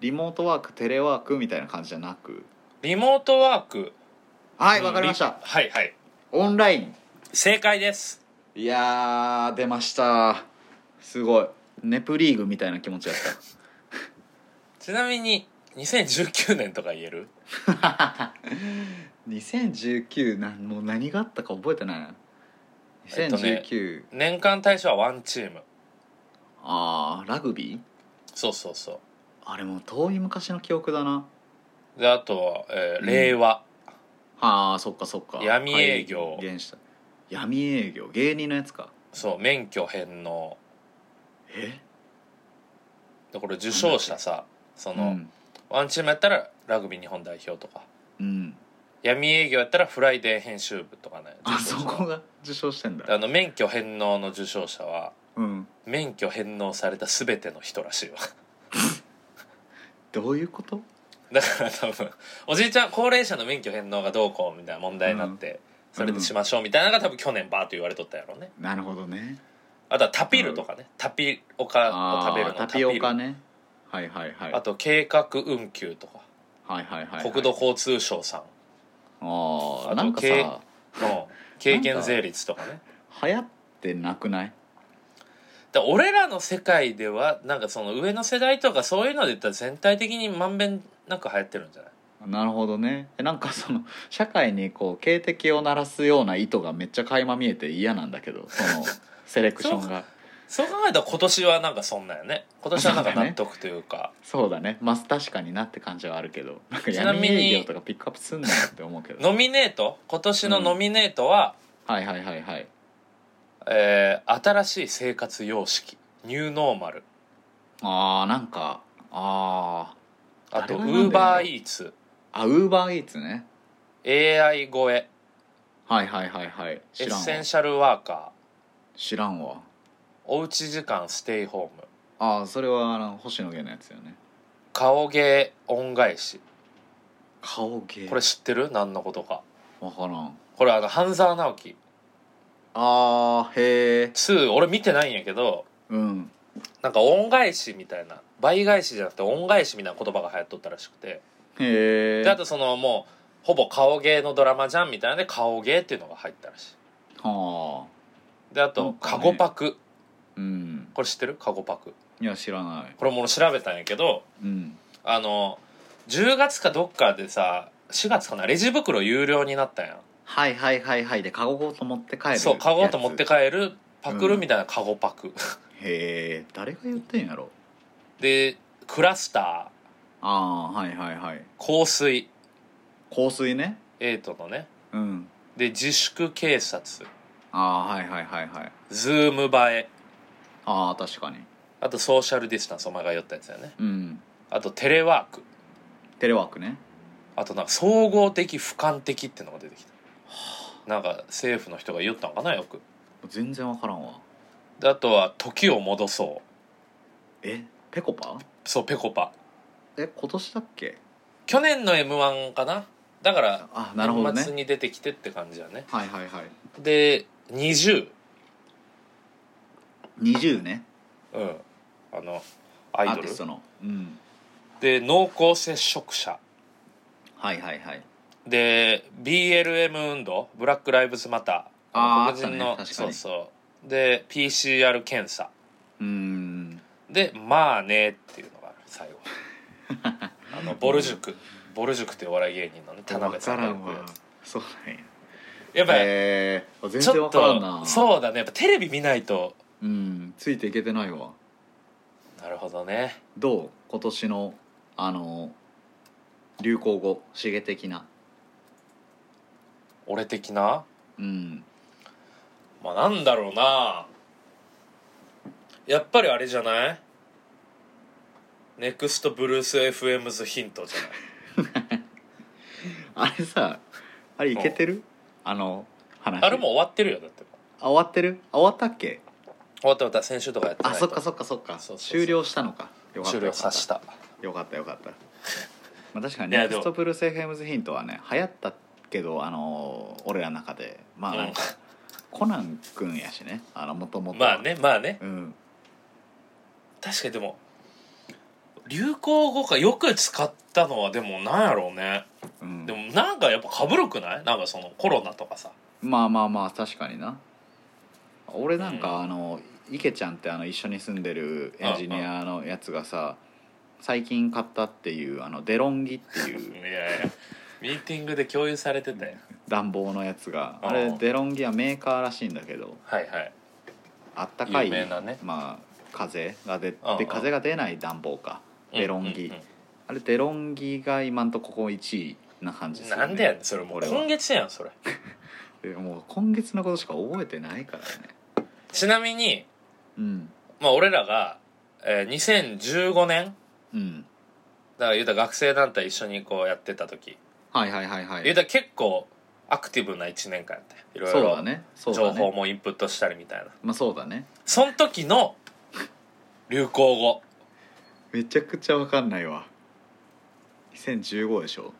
A: リモートワークテレワークみたいな感じじゃなく
B: リモートワーク
A: はい
B: うん
A: わかりました
B: リはいはい
A: オンライン
B: 正解です
A: いやー出ましたすごいネプリーグみたいな気持ちやっ
B: ちなみに2019年とか言える
A: た2019なんもう何があったか覚えてないな
B: えっとね
A: 2019、
B: 年間大賞はワンチーム
A: あーラグビー
B: そうそうそ
A: あれもう遠い昔の記憶だな
B: うであとは、えー令和、
A: あーそっかそっか
B: 闇営業
A: 改元した闇営業芸人のやつか
B: そう免許返納
A: え
B: でこれ受賞者さその、
A: うん
B: ワンチームやったらラグビー日本代表とか
A: うん
B: 闇営業やったらフライデー編集部とかね
A: あ
B: 受
A: そ
B: 賞者
A: こが受賞してんだ
B: あの免許返納の受賞者は
A: うん
B: 免許返納された全ての人らしいわ
A: どういうこと
B: だから多分おじいちゃん高齢者の免許返納がどうこうみたいな問題になって、それでしましょうみたいなのが多分去年バーッと言われとったやろうね
A: なるほどね
B: あとはタピルとかね、タピオカを食べる
A: あ
B: の
A: ータピオカ
B: ル
A: ねはいはいはい
B: あと計画運休とか、
A: はいはいはいはい
B: 国土交通省さ
A: あ
B: あ
A: あ
B: と
A: なんか
B: 経
A: さ
B: んの経験税率とかね
A: 流行ってなくない
B: だから俺らの世界ではなんかその上の世代とかそういうので言ったら全体的にまんべんなく流行ってるんじゃない
A: なるほどねえなんかその社会にこう警笛を鳴らすような意図がめっちゃ垣間見えて嫌なんだけどそのセレクションが
B: そう考えたら今年はなんかそんなんやね今年はなんか納得というか
A: そうだねまあ確かになって感じはあるけどなんか
B: ちなみ
A: 闇
B: に
A: 営業とかピックアップすんなよって思うけど
B: ノミネート今年のノミネートは、
A: はいはいはいはい
B: えー新しい生活様式ニューノーマル
A: あーなんかあ
B: あとウ
A: 誰が選ん
B: ー
A: でんの
B: バーイーツ
A: ーあウーバーイーツね
B: AI 超え
A: はいはいはいはい
B: エ
A: 知
B: ッ
A: らん
B: セ
A: わ
B: ンシャルワーカー
A: 知らんわ
B: おうち時間ステイホーム
A: ああそれはあの星野源のやつよね
B: 顔芸恩返し
A: 顔芸
B: これ知ってる何のことか
A: 分からん
B: これあの半沢直樹
A: あーへえ
B: 2俺見てないんやけど
A: うん
B: なんか恩返しみたいな倍返しじゃなくて恩返しみたいな言葉が流行っとったらしくて
A: へえ
B: であとそのもうほぼ顔芸のドラマじゃんみたいなんで顔芸っていうのが入ったらし
A: はあ
B: いであ
A: な
B: と
A: んかね
B: カゴパク
A: うん
B: これ知ってるカゴパク
A: いや知らない
B: これも俺調べたんやけど
A: うん
B: あの10月かどっかでさ4月かなレジ袋有料になったんやん
A: はいはいはいはいでカゴごと持って帰る
B: そうカゴと持って
A: や
B: 帰るパクるみたいなカゴパク、
A: つへえ誰が言ってんやろ
B: でクラスタ
A: ああはいはいはい
B: ー香水
A: 香水ね
B: エイトのね
A: うん
B: で自粛警察
A: ああーはいはいはいはい
B: ズーム映え
A: ああ確かに
B: あとソーシャルディスタンスお前が言ったやつだよね
A: うん
B: あとテレワーク
A: テレワークね
B: あとなんか総合的俯瞰的ってのが出てきたなんか政府の人が言ったのかなよく
A: 全然分からんわ
B: であとは「時を戻そ
A: えペコパ
B: う」そうペコパ
A: え今年だっけ
B: 去年の m 1かなだから
A: あなるほど
B: 年末
A: ね
B: に出てきてって感じやね
A: はいはいはい
B: で20
A: 20ね
B: うんあの
A: ア
B: アイ
A: ー
B: ド
A: ティ
B: ル
A: ストのうん
B: で濃厚接触者
A: はいはいはい
B: で BLM 運動ブラック・ライブズ・マター
A: あー
B: 黒人
A: あ
B: の、
A: ったね確か
B: そ
A: に
B: うそうで PCR 検査
A: うーん
B: で「まあね」っていうのがある 最後あのボル塾ボル塾っていうお笑い芸人のね田辺さんがよくやる
A: そうなんや
B: やっぱり
A: えー、全
B: ち
A: 然
B: ょ
A: 分
B: っ
A: からんな
B: とそうだねやっぱテレビ見ないと
A: うんついていけてないわ
B: なるほどね
A: どう今年のあの流行語刺激的な
B: 俺的な
A: うん
B: まあなんだろうなやっぱりあれじゃないネクストブルース FM's ヒントじゃない
A: あれさあれいけてるあの話
B: あれもう終わってるよだって
A: あ終わってるあ終わったっけ
B: 終わった終わった先週とかやってない
A: あ
B: と
A: そっかそっかそっか
B: そうそうそう
A: 終了したのかよかった
B: 終了させた
A: よかったよか ったよかったまあ確かに
B: いや
A: ネク
B: でも
A: ストプルセフェムズヒントはね流行ったけどあのー俺らの中でまあなんか、コナン君やしねあのもともと
B: まあねまあね
A: うん
B: 確かにでも流行語かよく使ったのはでもなんやろうね
A: うん
B: でもなんかやっぱかぶるくないなんかそのコロナとかさ
A: まあまあまあ確かにな俺なんか、あの池ちゃんってあの一緒に住んでるエンジニアのやつがさ最近買ったっていうあのデロンギってい
B: いうやいやミーティングで共有されてたよ
A: 暖房のやつ が
B: うん
A: あれデロンギはメーカーらしいんだけど
B: はいはい
A: あったかい、
B: 有名なね
A: まあ、風が出て
B: うんうん
A: 風が出ない暖房かデロンギ、
B: うんうん
A: あれデロンギが今んとここ1位な感じ
B: う
A: する、
B: んなんでやねんそれもう
A: 俺は
B: 今月やんそれ
A: でもう今月のことしか覚えてないからね
B: ちなみに
A: うん
B: まあ俺らが、えー、2015年
A: うん
B: だから言うたら学生団体一緒にこうやってた時
A: はいはいはいはい
B: 言うたら結構アクティブな1年間やったよいろい
A: そうだ
B: ろ
A: ねそう
B: 情
A: だ
B: 報
A: ね
B: もインプットしたりみたいな
A: まあそうだね
B: その時の流行語
A: めちゃくちゃわかんないわ2015でしょ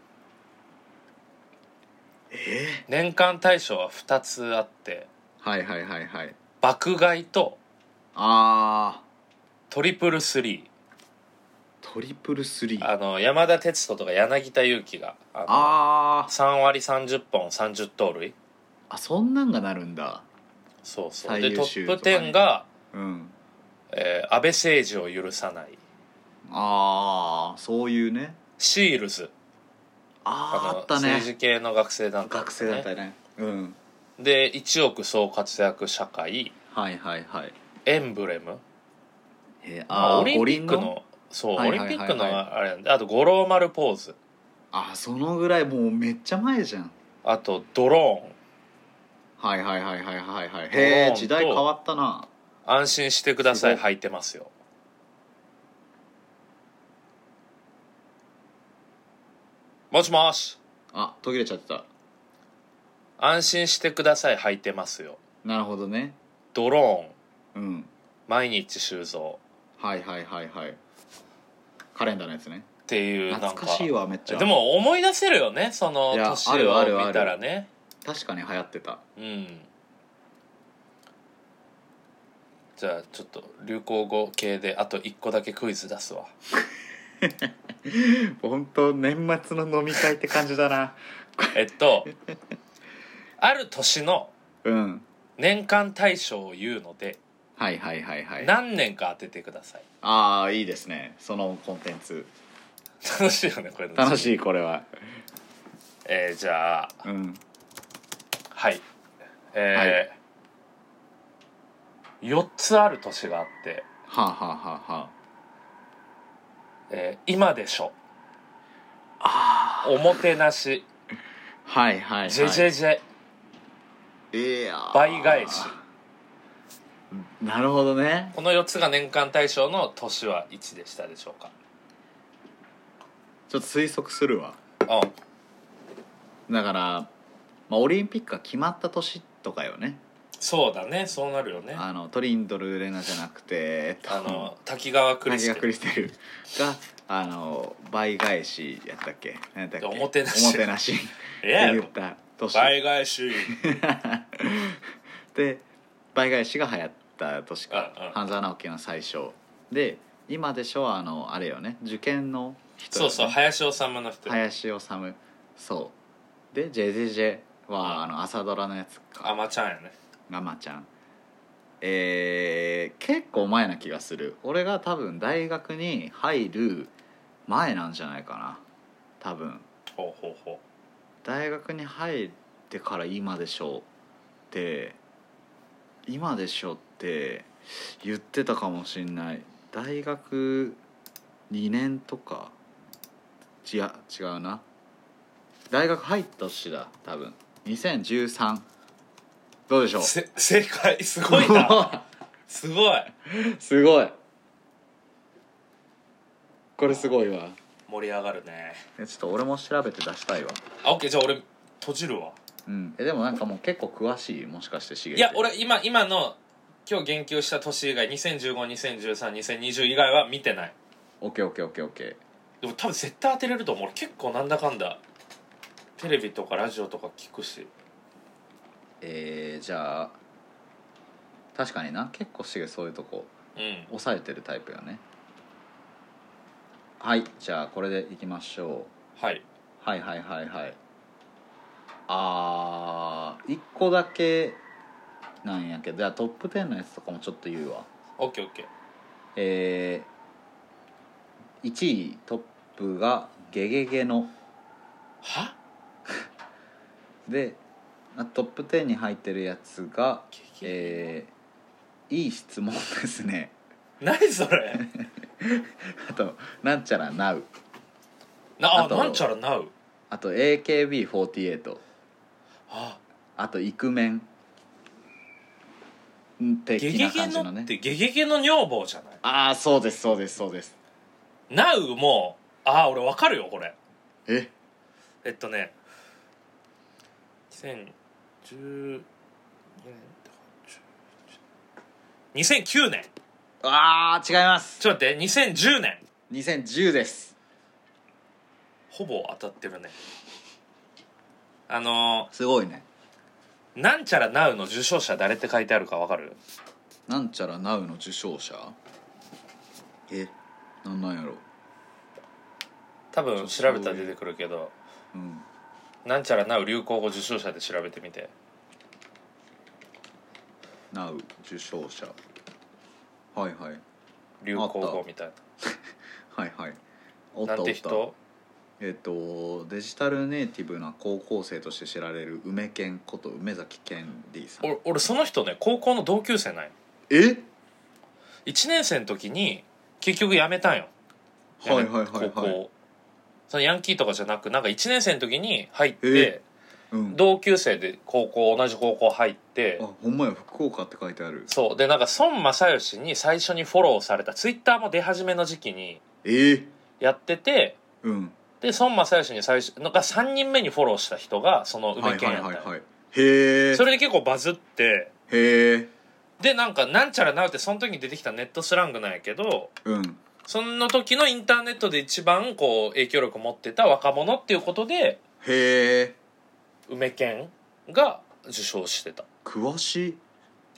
A: え
B: 年間大賞は2つあって
A: ー、はいはいはいはい
B: 爆買いと
A: あ
B: トリプルスリ
A: ートリプルスリ
B: ー
A: ー
B: あの山田哲人とか柳田悠岐があの
A: あー
B: 3割30本30盗塁
A: あそんなんがなるんだ
B: そうそう
A: 最
B: で
A: 優
B: ト
A: 秀
B: ップ
A: とかね
B: 10が、
A: うん
B: えー安倍政治を許さない
A: ああそういうね
B: シールズ
A: あーあった
B: 政
A: ね
B: 治系の学生団体、
A: 学生だったねうん
B: で1億総活躍社会
A: はいはいはい
B: エンブレム
A: えー、
B: まあ
A: ー
B: オリンピック
A: 五輪
B: のそう、
A: はいはいはいはい
B: オリンピックのあれなんであと五郎丸ポーズ
A: あーそのぐらいもうめっちゃ前じゃん
B: あとドローン
A: はいはいはいはいはいはい
B: ドローン
A: へえ
B: と
A: 時代変わったな
B: 安心してください
A: すご
B: 履いてますよもしもし
A: あ途切れちゃってた
B: 安心してください履いてますよ
A: なるほどね
B: ドローン
A: うん
B: 毎日収蔵
A: はいはいはいはいカレンダーのやつね
B: っていうなんか
A: 懐かしいわめっちゃ
B: でも思い出せるよねその
A: いや
B: 年
A: あるあるあ
B: を
A: る
B: 見たらね
A: 確かに流行ってた
B: うんじゃあちょっと流行語系であと1個だけクイズ出すわ
A: 本当年末の飲み会って感じだな
B: えっとある年の
A: うん
B: 年間大賞を言うので
A: はいはいはいはい
B: 何年か当ててください
A: ああいいですねそのコンテンツ
B: 楽しいよねこれ
A: 楽し
B: い、
A: いこれは
B: えーじゃあ
A: うん
B: はいえー4つある年があって、
A: はあ、はあはあは
B: えー今でしょ
A: あ、あ
B: おもてなし
A: ーはいはいはい
B: ジェジェジェ
A: いやー
B: 倍返し
A: なるほどね
B: この4つが年間大賞の年はいつでしたでしょうか
A: ちょっと推測するわ
B: うん
A: だから、まあ、オリンピックが決まった年とかよね
B: そうだねそうなるよねあ
A: あのトリンドルレナじゃなくてえっと
B: の滝川クリス
A: がク
B: テ
A: リステルがあの倍返しやったっけ何やったっけ
B: おもてな
A: お
B: し
A: もてなしって
B: ルい や
A: 言った年
B: 倍返 し
A: で倍返しが流行った年か、
B: うんうん
A: 半沢直樹の最初で今でしょはあのあれよね受験の人よ
B: そう
A: ね
B: そう林修の人
A: 林修そうで JJJ は、
B: うん
A: あの朝ドラのやつ
B: あ
A: か
B: まちゃんやね
A: ガマちゃんえー、結構前な気がする俺が多分大学に入る前なんじゃないかな多分
B: ほうほうほ
A: 大学に入ってから今でしょうって今でしょって言ってたかもしんない大学2年とか違う違うな大学入った年だ多分2013どうでしょ
B: う
A: う
B: せ正解すごいな すごい
A: すごいこれすごいわ
B: 盛り上がるね
A: えちょっと俺も調べて出したいわ
B: あオッケーじゃあ俺閉じるわ
A: うんえでもなんかもう結構詳しいもしかしてしげ
B: いや俺今今の今日言及した年以外201520132020以外は見てない
A: オッケーオッケーオッケーオッケ
B: でも多分絶対当てれると思う俺結構なんだかんだテレビとかラジオとか聞くし
A: ーえー、じゃあ確かにな結構しげそういうとこ
B: うん
A: 抑えてるタイプよねはいじゃあこれでいきましょ
B: はい、
A: うはいはいはいはいあー1個だけなんやけどじゃあトップ10のやつとかもちょっと言うわ
B: オッケーオッケー
A: えー、1位トップが「ゲゲゲの
B: は」
A: であトップ10に入ってるやつが
B: ゲゲゲ
A: えー、いい質問ですね
B: 何それ
A: あと「なんちゃらなう
B: なあ
A: あと
B: なんちゃらなう」
A: あと「AKB48」
B: あ
A: あと「イクメン」ん
B: ゲ
A: 的
B: ゲ
A: な
B: ゲ
A: 感じ
B: の
A: のね
B: ってゲゲゲの女房じゃない
A: ああそうですそうですそうです
B: なうもああ俺わかるよこれ
A: え
B: えっとね2012年とか2009年
A: ああ違います
B: ちょっと待って2010年
A: 2010です
B: ほぼ当たってるねあの
A: すごいね
B: ーなんちゃらなうの受賞者誰って書いてあるかわかる
A: なんちゃらなうの受賞者えなんなんやろ
B: 多分調べたら出てくるけど
A: うん
B: なんちゃらなう流行語受賞者で調べてみて
A: なう受賞者はいはい
B: 流行語みたい
A: はいはいおっ
B: な
A: た
B: な
A: お
B: ん
A: ってた
B: 人
A: えっ、とデジタルネイティブな高校生として知られる梅健こと梅崎健 D さん
B: お俺その人ね高校の同級生なんよ
A: え
B: 1年生の時に結局辞めたんよ
A: はいはいはい
B: 高
A: はい
B: 校そのヤンキーとかじゃなくなんか1年生の時に入っ
A: え
B: て
A: うん
B: 同級生で高校同じ高校入って
A: あほんまや福岡って書いてある
B: そうでなんか孫正義に最初にフォローされたツイッターも出始めの時期に
A: えー、
B: やってて
A: うん
B: で孫正義に最初のが3人目にフォローした人がその
A: は
B: 梅
A: い
B: 健
A: はい
B: やったんよ、
A: はいはいへえ
B: それで結構バズって
A: へえ
B: でなんか「なんちゃらなう」ってその時に出てきたネットスラングなんやけど
A: うん
B: その時のインターネットで一番こう影響力を持ってた若者っていうことで
A: へえ
B: 梅健が受賞してた
A: 詳しい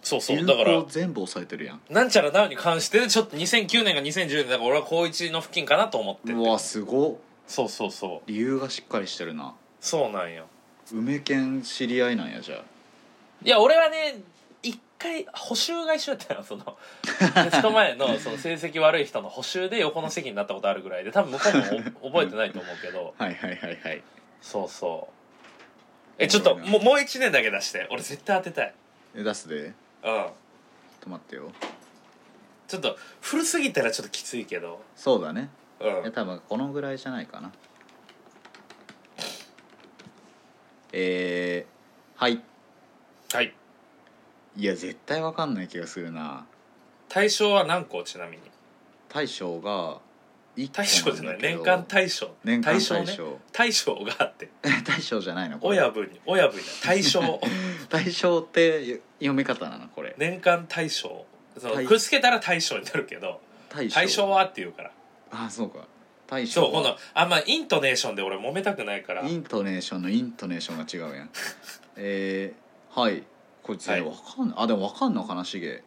B: そうそう
A: 流
B: だから
A: 行全部押さえてるやん
B: なんちゃらなうに関してちょっと2009年か2010年だから俺は高一の付近かなと思って
A: うわすごっ
B: そうそうそう
A: 理由がしっかりしてるな
B: そうなんよ
A: 梅健知り合いなんやじゃ
B: いや俺はね一回補習が一緒やったよそのテスト前のその成績悪い人の補習で横の席になったことあるぐらいで多分向こうもお覚えてないと思うけど
A: あはいはいはいはい
B: そうそうえちょっともうもう1年だけ出して俺絶対当てたい
A: え出すで
B: うん
A: 止まってよ
B: ちょっと古すぎたらちょっときついけど
A: そうだね
B: う
A: いや
B: ん
A: 多分このぐらいじゃないかなえー、はい
B: はい
A: いや絶対わかんない気がするな
B: 対象は何個ちなみに
A: 大賞が一個
B: 大賞じゃ
A: な
B: なんい
A: だけど
B: 年間大賞
A: 年間大賞
B: ね大賞があって
A: 大賞じゃないのこれ
B: 親分に親分に 対象
A: 大賞って読み方なのこれ
B: 年間大賞その
A: 大
B: くっつけたら大賞になるけど
A: 大賞
B: 大賞はって言うから
A: あそうか大賞
B: そうこ
A: は
B: のあんまイントネーションで俺揉めたくないから
A: イントネーションのイントネーションが違 うやんえー、はいこいつ
B: はい
A: わかんないあでもわかんのかなしげ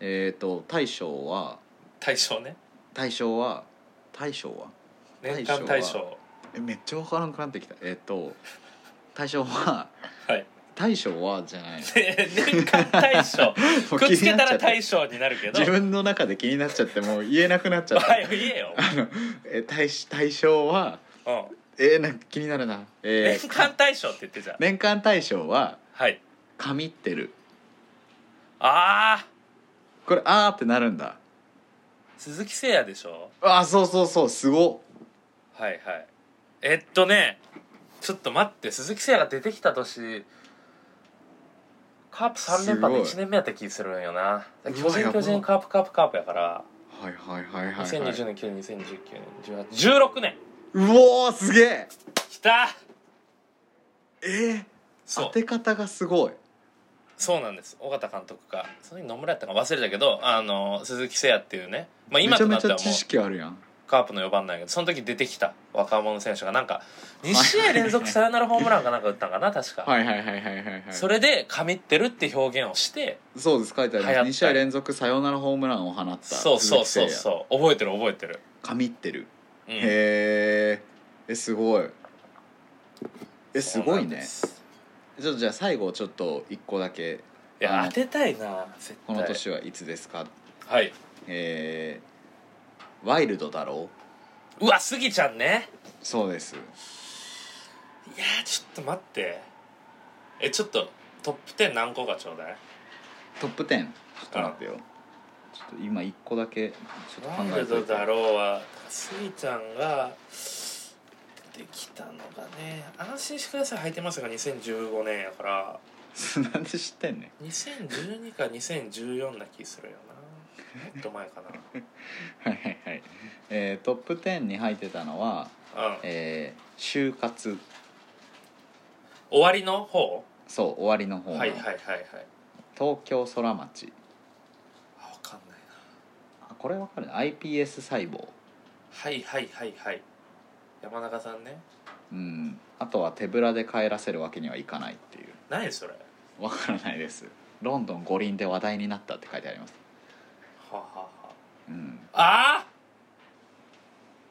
A: えっ、ー、と大将は
B: 大賞ね
A: 大将は大将は
B: 年間大賞
A: えめっちゃわからんくなってきたえっ、ー、と大将は
B: はい
A: 大将はじゃない
B: 年間大 賞
A: もう
B: くっつ
A: 気に
B: け
A: な
B: た
A: っちゃ
B: ら
A: って
B: 大賞になるけど
A: 自分の中で気になっちゃってもう言えなくなっちゃっ
B: は
A: た
B: い言えよ、
A: え大し大将は
B: うん、
A: えー、なんか気になるなえ
B: 年
A: ー、
B: 間大賞って言ってじゃん
A: 年間大賞は
B: はい
A: 神ってる
B: ああ
A: これあーってなるんだ
B: 鈴木誠也でしょ
A: あーそうそうそうすごっ
B: はいはいえっとねちょっと待って鈴木誠也が出てきた年カープ3連覇の
A: す
B: 1
A: ご
B: 年目やった気するんよな
A: うわ
B: 巨
A: やば
B: 人巨人カープカープカープやから
A: はいはいはいはい、はい、
B: 2020年9年2019年18 16年
A: うおーすげえ
B: きた
A: えー、
B: そ
A: 当
B: う
A: て方がすごい
B: そうなんです尾形監督がその時野村やったか忘れたけどあの鈴木誠也っていうね、まあ、
A: め
B: 今
A: ちゃ
B: と
A: め
B: なっ
A: ち
B: て
A: ゃ
B: はも
A: 知
B: う
A: 識あるやん
B: カープの4番なんやけどその時出てきた若者選手がなんか2試合連続サヨナラホームランかなんか打ったんかな確か、
A: はいはいはいはいはいはい
B: それで「神ってる」って表現をして
A: そうです書いてあり
B: 流行
A: ま
B: った
A: す2試合連続サヨナラホームランを放った
B: そうそうそう
A: う
B: そう覚えてる覚えてる、
A: 神ってる
B: うん、
A: へーえすごいえす
B: そう
A: ご
B: ないんで
A: ね
B: す
A: ちょっとじゃあ最後ちょっと1個だけ
B: いや当てたいな絶
A: 「こ
B: 対
A: の年はいつですか?
B: はい」
A: えー「ワイルドだろう
B: うわスギちゃんね」
A: そうです
B: いやーちょっと待ってえちょっとトップ10何個かちょうだい
A: トップ10ちょっと待ってよちょっと今1個だけちょっと考
B: ワイ
A: え
B: ル
A: てお
B: ド
A: いて
B: だろうはスギちゃんが出てきたのがね安心してください履いてますが2015年やから
A: なんで知ってんねん
B: 2012か2014な気するよなもっと前かな
A: はいはいはい、えー、トップ10に入ってたのは、
B: うん
A: えー、就活
B: 終わりの方
A: そう終わりの方
B: は
A: の、
B: いはいはいはい
A: 東京空町
B: あ分かんないな
A: あこれわかる iPS 細胞
B: はいはいはいはい山中さんね
A: うんあとは手ぶらで帰らせるわけにはいかないっていう
B: 何それは
A: わからないですロンドン五輪で話題になったって書いてあります
B: あはあは
A: うん
B: あ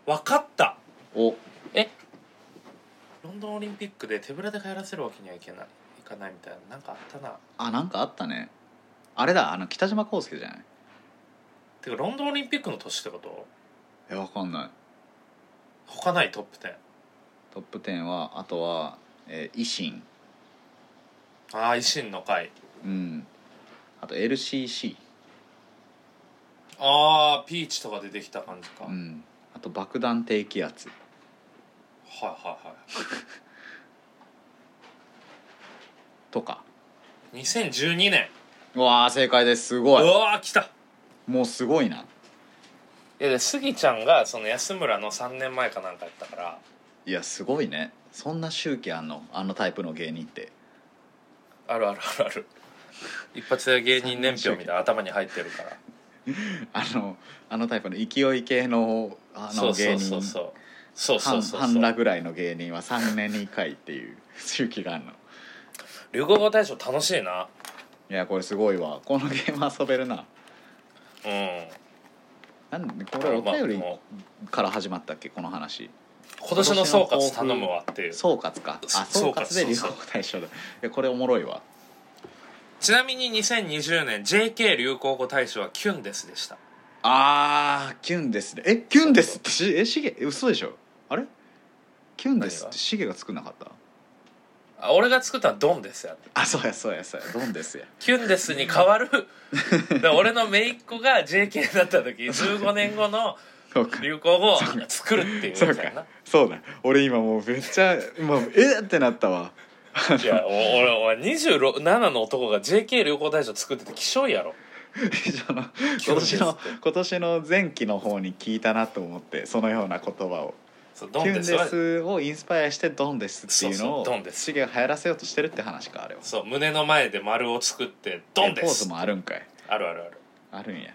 B: あー分かった
A: お
B: ロンドンオリンピックで手ぶらで帰らせるわけにはいけないいかないみたいななんかあったな
A: あなんかあったねあれだあの北島康介じゃない
B: てかロンドンオリンピックの年ってこと
A: えわかんない
B: 他ないトップ10
A: トップ10はあとは、えー、維新
B: ああ維新の会
A: うんあと LCC
B: ああピーチとか出てきた感じか、
A: う
B: はい
A: んあと爆弾低気圧
B: はいは
A: とか
B: い2012年
A: うわー正解ですす
B: う
A: ごい
B: わー来た
A: もうすごいない
B: やでスギちゃんがその安村の3年前かなんかやったから
A: いやすごいねそんな周期あんのあのタイプの芸人って
B: あるあるあるある 一発で芸人年表みたいな頭に入ってるから
A: あのあのタイプの勢い系のあ
B: そ
A: の
B: うそ
A: 芸
B: うそ
A: 人
B: うそうそうそ
A: 半
B: うそう
A: 半裸ぐらいの芸人は3年に1回っていう 周期があるの
B: 流行語大賞楽しいない
A: やこれすごいわこのゲーム遊べるな
B: うん
A: なんでこれお便り
B: まあも
A: から始まったっけこの話
B: う今年の総括頼むわっていう
A: 総括かあ
B: そ
A: 総
B: うか
A: 括で流行
B: そう
A: 語大賞だいやこれおもろいわ
B: ちなみに2020年 JK 流行語大賞は「キュンです」でした
A: あーキュンですねえキュンですってしえしげえ嘘でしょあれキュンですっ
B: 何
A: て
B: が
A: しげが作んなかった
B: あ俺が作ったのは「ドンです」やって
A: あそうやそうやそうやドンですや
B: 「キュンです」に変わ るだから俺の姪っ子が JK だった時15年後の
A: そうか
B: 流行語を作るっていう
A: そ
B: や
A: う
B: つやな
A: かそうだ俺今もうめっちゃもうえっってなったわ
B: いやお俺お前27の男が JK 流行大賞作っててきしょいやろ
A: その
B: キュ
A: 今
B: ンです
A: 年
B: って
A: の今年の前期の方に聞いたなと思ってそのような言葉を
B: そう
A: 「キ
B: ドン
A: ュン
B: で
A: です
B: は
A: す」をインスパイアして「ドンです」っていうの
B: そうそうドン
A: を
B: です
A: しげが流行らせようとしてるって話かあれは
B: そう胸の前で丸を作って「ドンで
A: ポー
B: す
A: ズ」もあるんかい
B: あるあるある
A: あるんや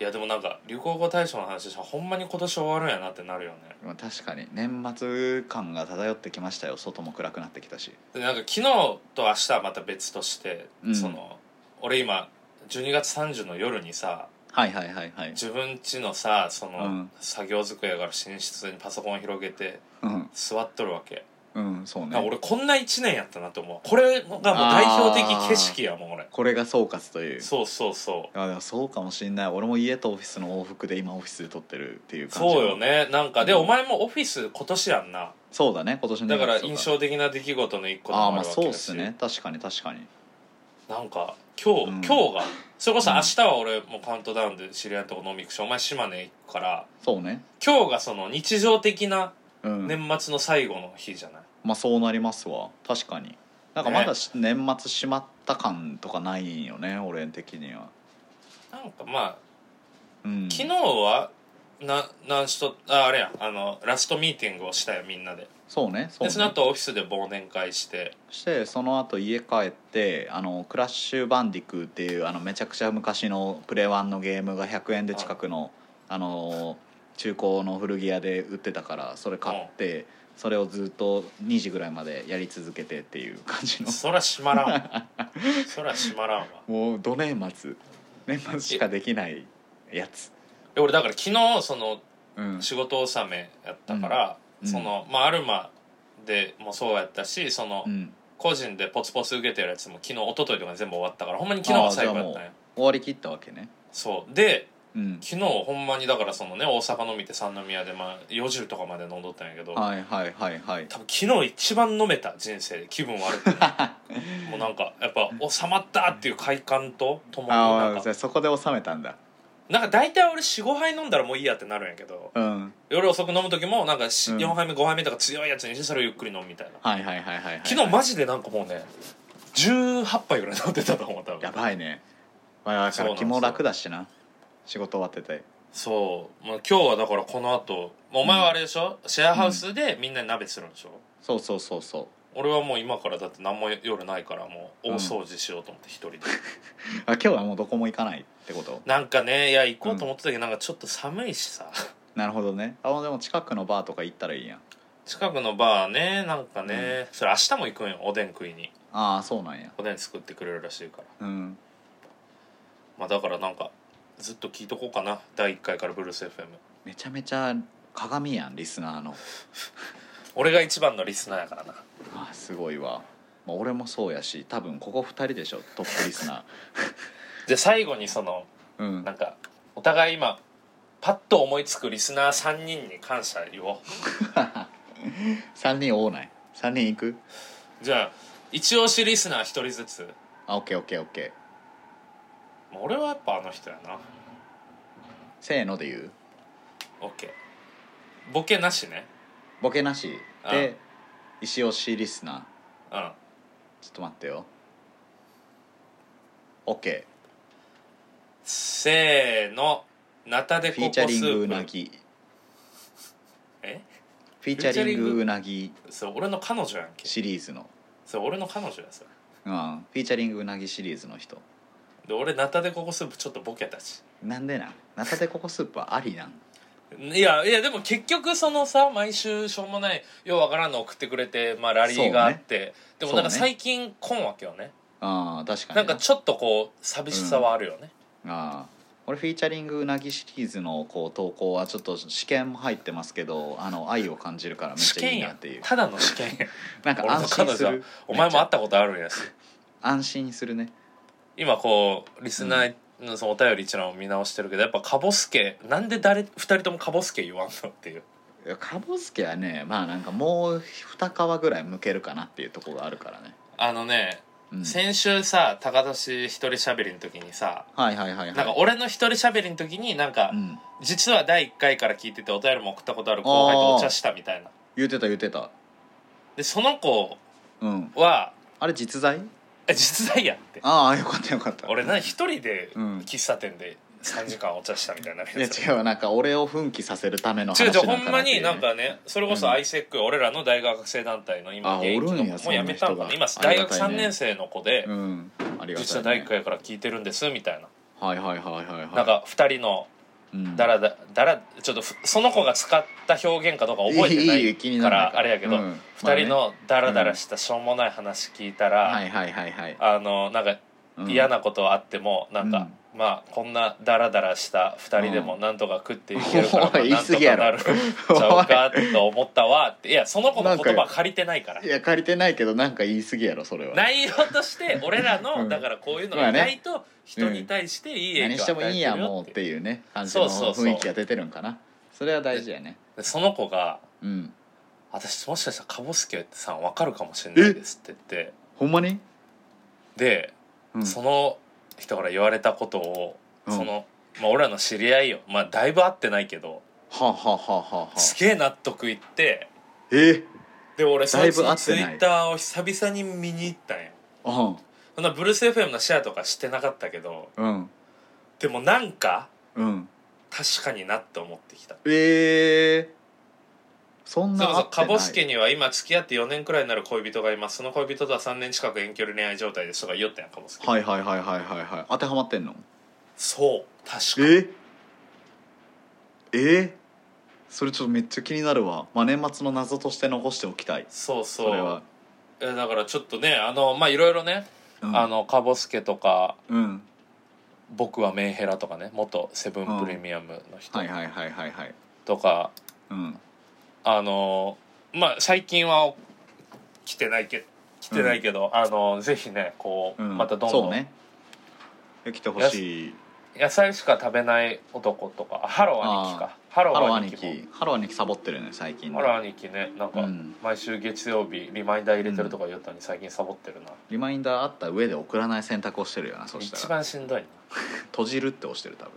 B: いやでもなんか流行語大賞の話したらほんまに今年終わるんやなってなるよね
A: まあ確かに年末感が漂ってきましたよ外も暗くなってきたし
B: でなんか昨日と明日はまた別として、
A: うん
B: その俺今12月30の夜にさ
A: はいはいはいはい、
B: 自分家のさその、
A: うん
B: 作業机から寝室にパソコン広げて
A: うん、
B: 座っとるわけ、
A: うんそう
B: なんか
A: ね
B: 俺こんな1年やったなと思うこれがもう代表的景色やもん俺
A: これが総括という
B: そうそうそう
A: あでもそうかもしんない俺も家とオフィスの往復で今オフィスで撮ってるっていう感じ
B: そうよねなんかで、
A: うん
B: お前もオフィス今年やんな
A: そうだね今年の
B: だから
A: 2月と
B: 印象的な出来事の一個で
A: ああ
B: もある
A: ま
B: わ
A: あ
B: けだし
A: そうっすね確かに確かに
B: なんか今日、
A: うん
B: 今日がそれこそ
A: うん
B: 明日は俺もうカウントダウンで知り合いのとこ飲み行くし、お前島根行くから
A: そうね
B: 今日がその日常的な
A: うん、
B: 年末の最後の日じゃない、
A: まあそうなりますわ確かになんかまだし、年末しまった感とかないよね俺的には
B: なんかまあ
A: うん
B: 昨日はななんしとああれやあのラストミーティングをしたよみんなで
A: そうねそう
B: で
A: ね
B: その後オフィスで忘年会して
A: してその後家帰ってあのクラッシュバンディクっていうあのめちゃくちゃ昔のプレワンのゲームが100円で近くのあの中古の古着屋で売ってたからそれ買ってそれをずっと2時ぐらいまでやり続けてっていう感じの
B: そらしまらんわそらしまらんわ
A: もうど年末年末しかできないやつ
B: で俺だから昨日その
A: うん
B: 仕事納めやったから、
A: うん
B: そのまあアルマでもそうやったしその、
A: うん
B: 個人でポツポツ受けてるやつも昨日一昨日とかに全部終わったからほんまに昨日が最後やったん
A: あーじゃあ
B: や
A: も終わりきったわけね
B: そうで
A: うん
B: 昨日ほんまにだからそのね大阪飲みて三宮でまあ40とかまで飲んどったんやけど、
A: はいはいはいはい
B: 多分昨日一番飲めた人生で気分悪く てもうなんかやっぱ収まったっていう快感とともにな
A: あ
B: ん
A: あじゃ
B: か
A: あそこで収めたんだ
B: なんか大体俺45杯飲んだらもういいやってなるんやけど
A: うん
B: 夜遅く飲む時もなんかし
A: うん
B: 4杯目5杯目とか強いやつにしてそれをゆっくり飲むみたいな
A: はいはいはいはいはい
B: 昨日マジでなんかもうね18杯ぐらい飲んでたと思う多分
A: やばいね、まあ、だ
B: そ
A: か
B: うな
A: ら
B: んです
A: 気
B: よ
A: も楽だしな仕事終わってて
B: そう、まあ、今日はだからこの後お前はあれでしょ、シェアハウスでみんなに鍋するんでしょ、
A: そうそうそうそう
B: 俺はもう今からだって何も夜ないからもう大掃除しようと思って一人で、
A: あ今日はもうどこも行かないってこと
B: なんかねいや行こうと思ってたけど、なんかちょっと寒いしさ
A: なるほどねあでも近くのバーとか行ったらいいやん
B: 近くのバーねなんかね、それ明日も行くんよおでん食いに
A: ああそうなんや
B: おでん作ってくれるらしいから
A: うん
B: まあだからなんかずっと聞いとこうかな第1回からブルース FM
A: めちゃめちゃ鏡やんリスナーの
B: 俺が一番のリスナーやからな
A: あーすごいわ、まあ、俺もそうやし多分ここ2人でしょトップリスナ
B: で最後にその
A: ーうん
B: なんかお互い今パッと思いつくリスナー3人に感謝言おう
A: 3人多ない3人行く
B: じゃあ一押しリスナー1人ずつ
A: あオッケーオッケーオッケー
B: まあ俺はやっぱあの人やな
A: せーので言う
B: OK ボケなしね
A: ボケなし
B: あ
A: で石押しリスナー
B: うん
A: ちょっと待ってよオッケー
B: せーのナタデ
A: フ
B: コ
A: ィー
B: コス
A: チャリングうな
B: ープ
A: ぎ
B: え
A: フィーチャリングうなぎ
B: それ俺の彼女やんけ
A: シリーズの、
B: それ俺の彼女やそれ
A: うん、フィーチャリングうなぎシリーズの人
B: で俺ナタデココスープちょっとボケたし
A: なんでなんナタデココスープはありなん
B: いやいやでも結局そのさ毎週しょうもないようわからんの送ってくれて、まあ、ラリーがあって、でもなんか
A: そうね
B: 最近来んわけよね
A: あー確かに
B: なんかちょっとこう寂しさはあるよね、
A: あー俺フィーチャリングうなぎシリーズのこう投稿はちょっと試験も入ってますけどあの愛を感じるからめっ
B: 試
A: ちゃい
B: 験
A: いな
B: や
A: って いう
B: ただの試験や
A: なんか
B: 俺の
A: 安
B: 彼
A: 心す
B: 女は
A: る
B: お前も会ったことあるんやし
A: 安心するね
B: 今こうリスナーのそのお便り一覧を見直してるけどやっぱカボスケなんで誰二人ともカボスケ言わんのっていう
A: いやかぼすけはねまあなんかもう二皮ぐらいむけるかなっていうところがあるからね、
B: あのね、
A: うん、
B: 先週さ高俊一人喋りの時にさ
A: はいはいはいはい
B: なんか俺の一人喋りの時になんか、
A: うん、
B: 実は第1回から聞いててお便りも送ったことある後輩とお茶したみたいな
A: 言ってた言ってた
B: でその子
A: うん
B: は
A: あれ実在
B: え実在やって
A: ああよかったよかった
B: 俺な一人で
A: うん
B: 喫茶店で3時間お茶したみたいになる
A: いや
B: やつ
A: 違うなんか俺を奮起させるための
B: 違う
A: 話
B: 違うほ
A: なんか
B: ま
A: っていうね
B: になんかねそれこそアイセック俺らの大学生団体の今
A: あ
B: 現役
A: おるんや
B: のもうやめたのかな
A: そん
B: 今
A: な人が
B: 大学
A: ありがた
B: 3
A: いね
B: 年生の子で
A: うんありが
B: 実
A: た、
B: はい第1
A: ね、
B: 回から聞いてるんですみたいな
A: はいはいはいはいはい
B: なんか2人の
A: うん
B: だらだだらちょっとふその子が使った表現かどうか覚えてない
A: いいいい気に
B: か
A: ならない
B: らあれやけど
A: うん
B: 2人のダラダラしたしょうもない話聞いたら、
A: はいはいはいはい
B: あのなんか
A: うん
B: 嫌なことあってもなんか、まあこんなダラダラした2人でもなんとか食っていけるから、
A: おい
B: まあなんとかなるんちゃうかと思ったわっていやその子の言葉借りてないか ら
A: いや借りてないけどなんか言い過ぎやろそれは
B: 内容として俺らの、
A: うん
B: だからこういうの
A: ま
B: が
A: あ
B: 意
A: ね
B: 外と人に対していい
A: 何
B: 影
A: し
B: 響
A: て
B: を
A: も
B: 与え
A: いい
B: て
A: や
B: るよ
A: もう
B: っ
A: ってていうね感じの
B: そうそうそう
A: 雰囲気が出てるんかなそれは大事やね
B: でその子が
A: うん
B: 「私もしかしたらカボスケさん分かるかもしれないです」って言って
A: ほんまに、
B: で、
A: うん、
B: その人から言われたことを、
A: うん
B: その、まあ、俺らの知り合いよ、まあ、だいぶ会ってないけど、
A: はあ、はあはあはあはあ
B: すげえ納得いって。
A: えー、
B: で俺そ
A: だい
B: いつ
A: ぶ会
B: の
A: っ
B: ツ
A: て
B: イ
A: ない
B: ッターを久々に見に行ったんや
A: あ
B: そんなブルース FM のシェアとかしてなかったけど
A: うん
B: でもなんか
A: うん
B: 確かになって思ってきた
A: ええそん
B: そ
A: な
B: れ
A: 会
B: こそ
A: ってな
B: カ
A: い
B: ボスケには今付き合って4年くらいになる恋人がいますその恋人とは3年近く遠距離恋愛状態ですとか言おったやんカボスケ、
A: はいはいはいはいはいはい当てはまってんの
B: そう確かに
A: ええそれちょっとめっちゃ気になるわ、まあ、年末の謎として残しておきたい
B: そう
A: そ
B: そ
A: れ
B: う
A: は
B: えだからちょっとねあのまあいろいろね、
A: うん
B: あのカボスケとか
A: うん
B: 僕はメンヘラとかね元セブンプレミアムの人
A: はいはいはいはいはい
B: とか、
A: うん
B: あのまあ最近は来てないけ来てないけど、あのぜひねこう、
A: うん
B: またどんど
A: そ
B: ん、
A: うねえ来てほしい
B: 野菜しか食べない男とかあハロー兄貴かハロ
A: ハロー
B: ー
A: 兄
B: 兄貴も
A: 貴ハロー兄貴サボってるね最近ね
B: ハロー兄貴ねなんか
A: うん
B: 毎週月曜日リマインダー入れてるとか言ったのに最近サボってるな、
A: リマインダーあった上で送らない選択をしてるよなそし
B: 一
A: たら
B: 番しんどいな
A: 閉じるって押してる多分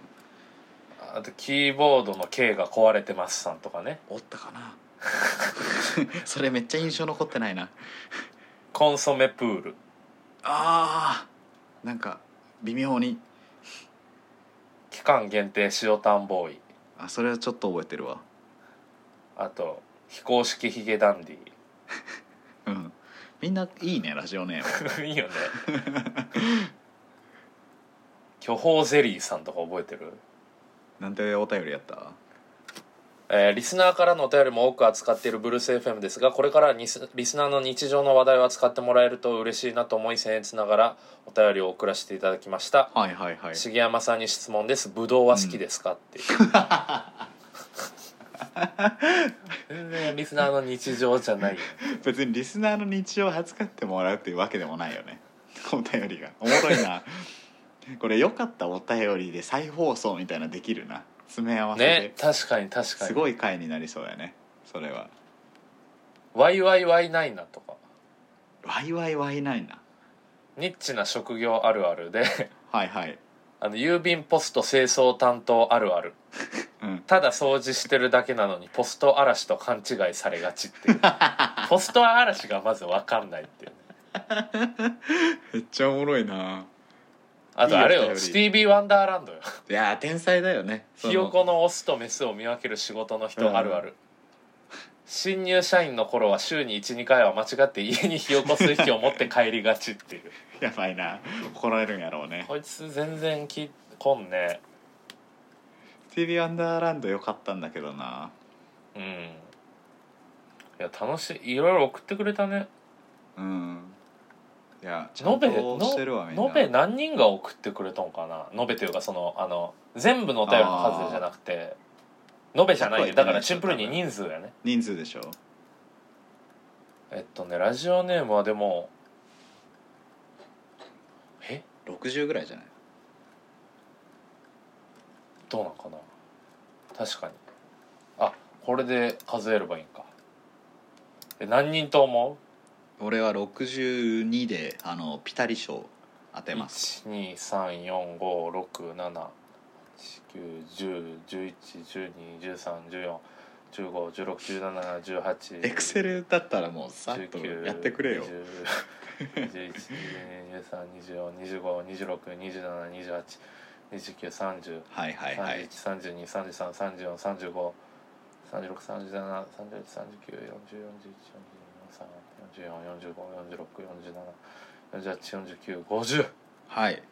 B: あとキーボードの K が壊れてますさんとかね
A: おったかな それめっちゃ印象残ってないな
B: コンソメプール
A: あーなんか微妙に
B: 期間限定塩タンボーイ
A: あそれはちょっと覚えてるわ
B: あと非公式ヒゲダンデ
A: うんみんないいねラジオネーム
B: ィいいよね巨峰ゼリーさんとか覚えてる
A: なんてお便りやった
B: えーリスナーからのお便りも多く扱っているブルース FM ですがこれからはリスリスナーの日常の話題を扱ってもらえると嬉しいなと思い僭越ながらお便りを送らせていただきました
A: はいはいはい
B: 重山さんに質問です「ぶどうは好きですか?」っていう全然リスナーの日常じゃないよ
A: 別にリスナーの日常を扱ってもらうっていうわけでもないよねお便りがおもろいなこれ良かったお便りで再放送みたいなできるな詰め合わせで、
B: ね確かに確か
A: す
B: に
A: ごい回になりそうやねそれは
B: 「ワイワイワイないな」とか
A: わいわいわいないな
B: ニッチな職業あるあるで
A: はいはい
B: あの郵便ポスト清掃担当あるある
A: うん
B: ただ掃除してるだけなのにポスト嵐と勘違いされがちっ ていうポスト嵐がまず分かんないっていう
A: めっちゃおもろいな
B: あとあれ
A: いいよ
B: よ
A: お便り
B: スティービー・ワンダーランドよ
A: いやー天才だよねそ
B: ひ
A: の
B: よこのオスとメスを見分ける仕事の
A: うん
B: 人あるある、新入社員の頃は週に12回は間違って家にひよこ数匹を持って帰りがちっていう
A: やばいな怒られるんやろうね
B: こいつ全然きこんね
A: TV アンダーランド良かったんだけどな
B: うんいや楽しいいろいろ送ってくれたね
A: うんいやちゃ
B: 延
A: んと
B: べ
A: してるわみんな
B: の延べ何人が送ってくれとんかな延べというかそのあの全部のお便りの数じゃなくて延べじゃないよだからシンプルに人数やね
A: 人数でしょ
B: えっとねラジオネームはでもえ
A: 60ぐらいじゃない
B: どうなんかな確かにあこれで数えればいいんかえ何人と思う
A: 俺は62であのピタリ賞当てます
B: 1 2 3 4 5 6 7 9 1 0 1 1 1 2 1 3 1 4 1 5 1 6 1 7 1 8
A: エクセルだったらもうさっと
B: 19
A: やってくれよ
B: 20 21 22 23 24 25 26 27 28 29 30
A: はいはいはい
B: 三十二、三十三、三十四、三十五、三十六、三十七、三十八、三十九、四十、四十一、四十二、四十三、四十四、四十五、四十六、四十七、四十八、四十九、五十、
A: はい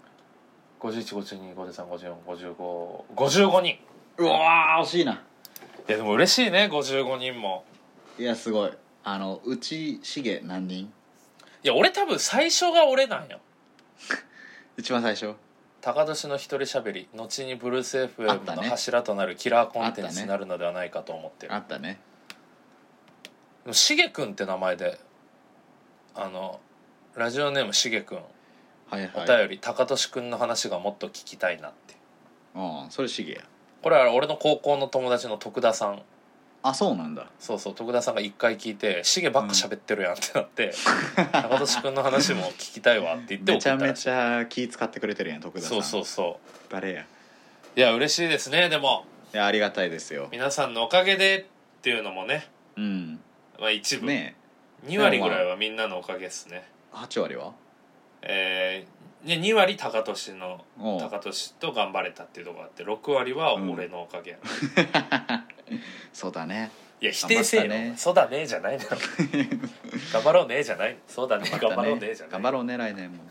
B: 五十一、五十二、五十三、五十四、五十五、五十五人。
A: うわー惜しいない
B: やでも嬉しいね、五十五人も。
A: いやすごいあのうちしげ何人
B: いや俺多分最初が俺なんよ。
A: 一番最初
B: 高年の一人しゃべり後にブルース
A: あった
B: FM の
A: ね
B: 柱となるキラーコンテン
A: あった
B: ツ
A: ね
B: になるのではないかと思ってる
A: あったね
B: でもしげくんって名前であのラジオネームしげくん
A: はい
B: お
A: はい
B: 便り、高俊くんの話がもっと聞きたいなって
A: うんそれしげや
B: これは俺の高校の友達の徳田さん
A: あそうなんだ
B: そうそう徳田さんが一回聞いて「シゲばっか喋ってるやん」ってなって「高俊くんの話も聞きたいわ」って言って
A: めちゃ
B: 送った
A: め
B: らしい
A: ちゃ気使ってくれてるやん徳田さ
B: そ
A: ん
B: うそうそ
A: 誰や
B: ういや嬉しいですねでも
A: いやありがたいですよ
B: 皆さんのおかげでっていうのもね、
A: うん
B: まあ、一部、
A: ね
B: 2割ぐらいはみんなのおかげですね
A: え8割は
B: えーで2割高俊の
A: おう
B: 高俊と頑張れたっていうとこがあって6割は俺のおかげや、
A: そうだね
B: いや否定せえよ、
A: 頑張ったね
B: そうだねじゃないの 頑張ろうねじゃないのそうだね頑張ろうねじゃない
A: 頑張ろうね来年も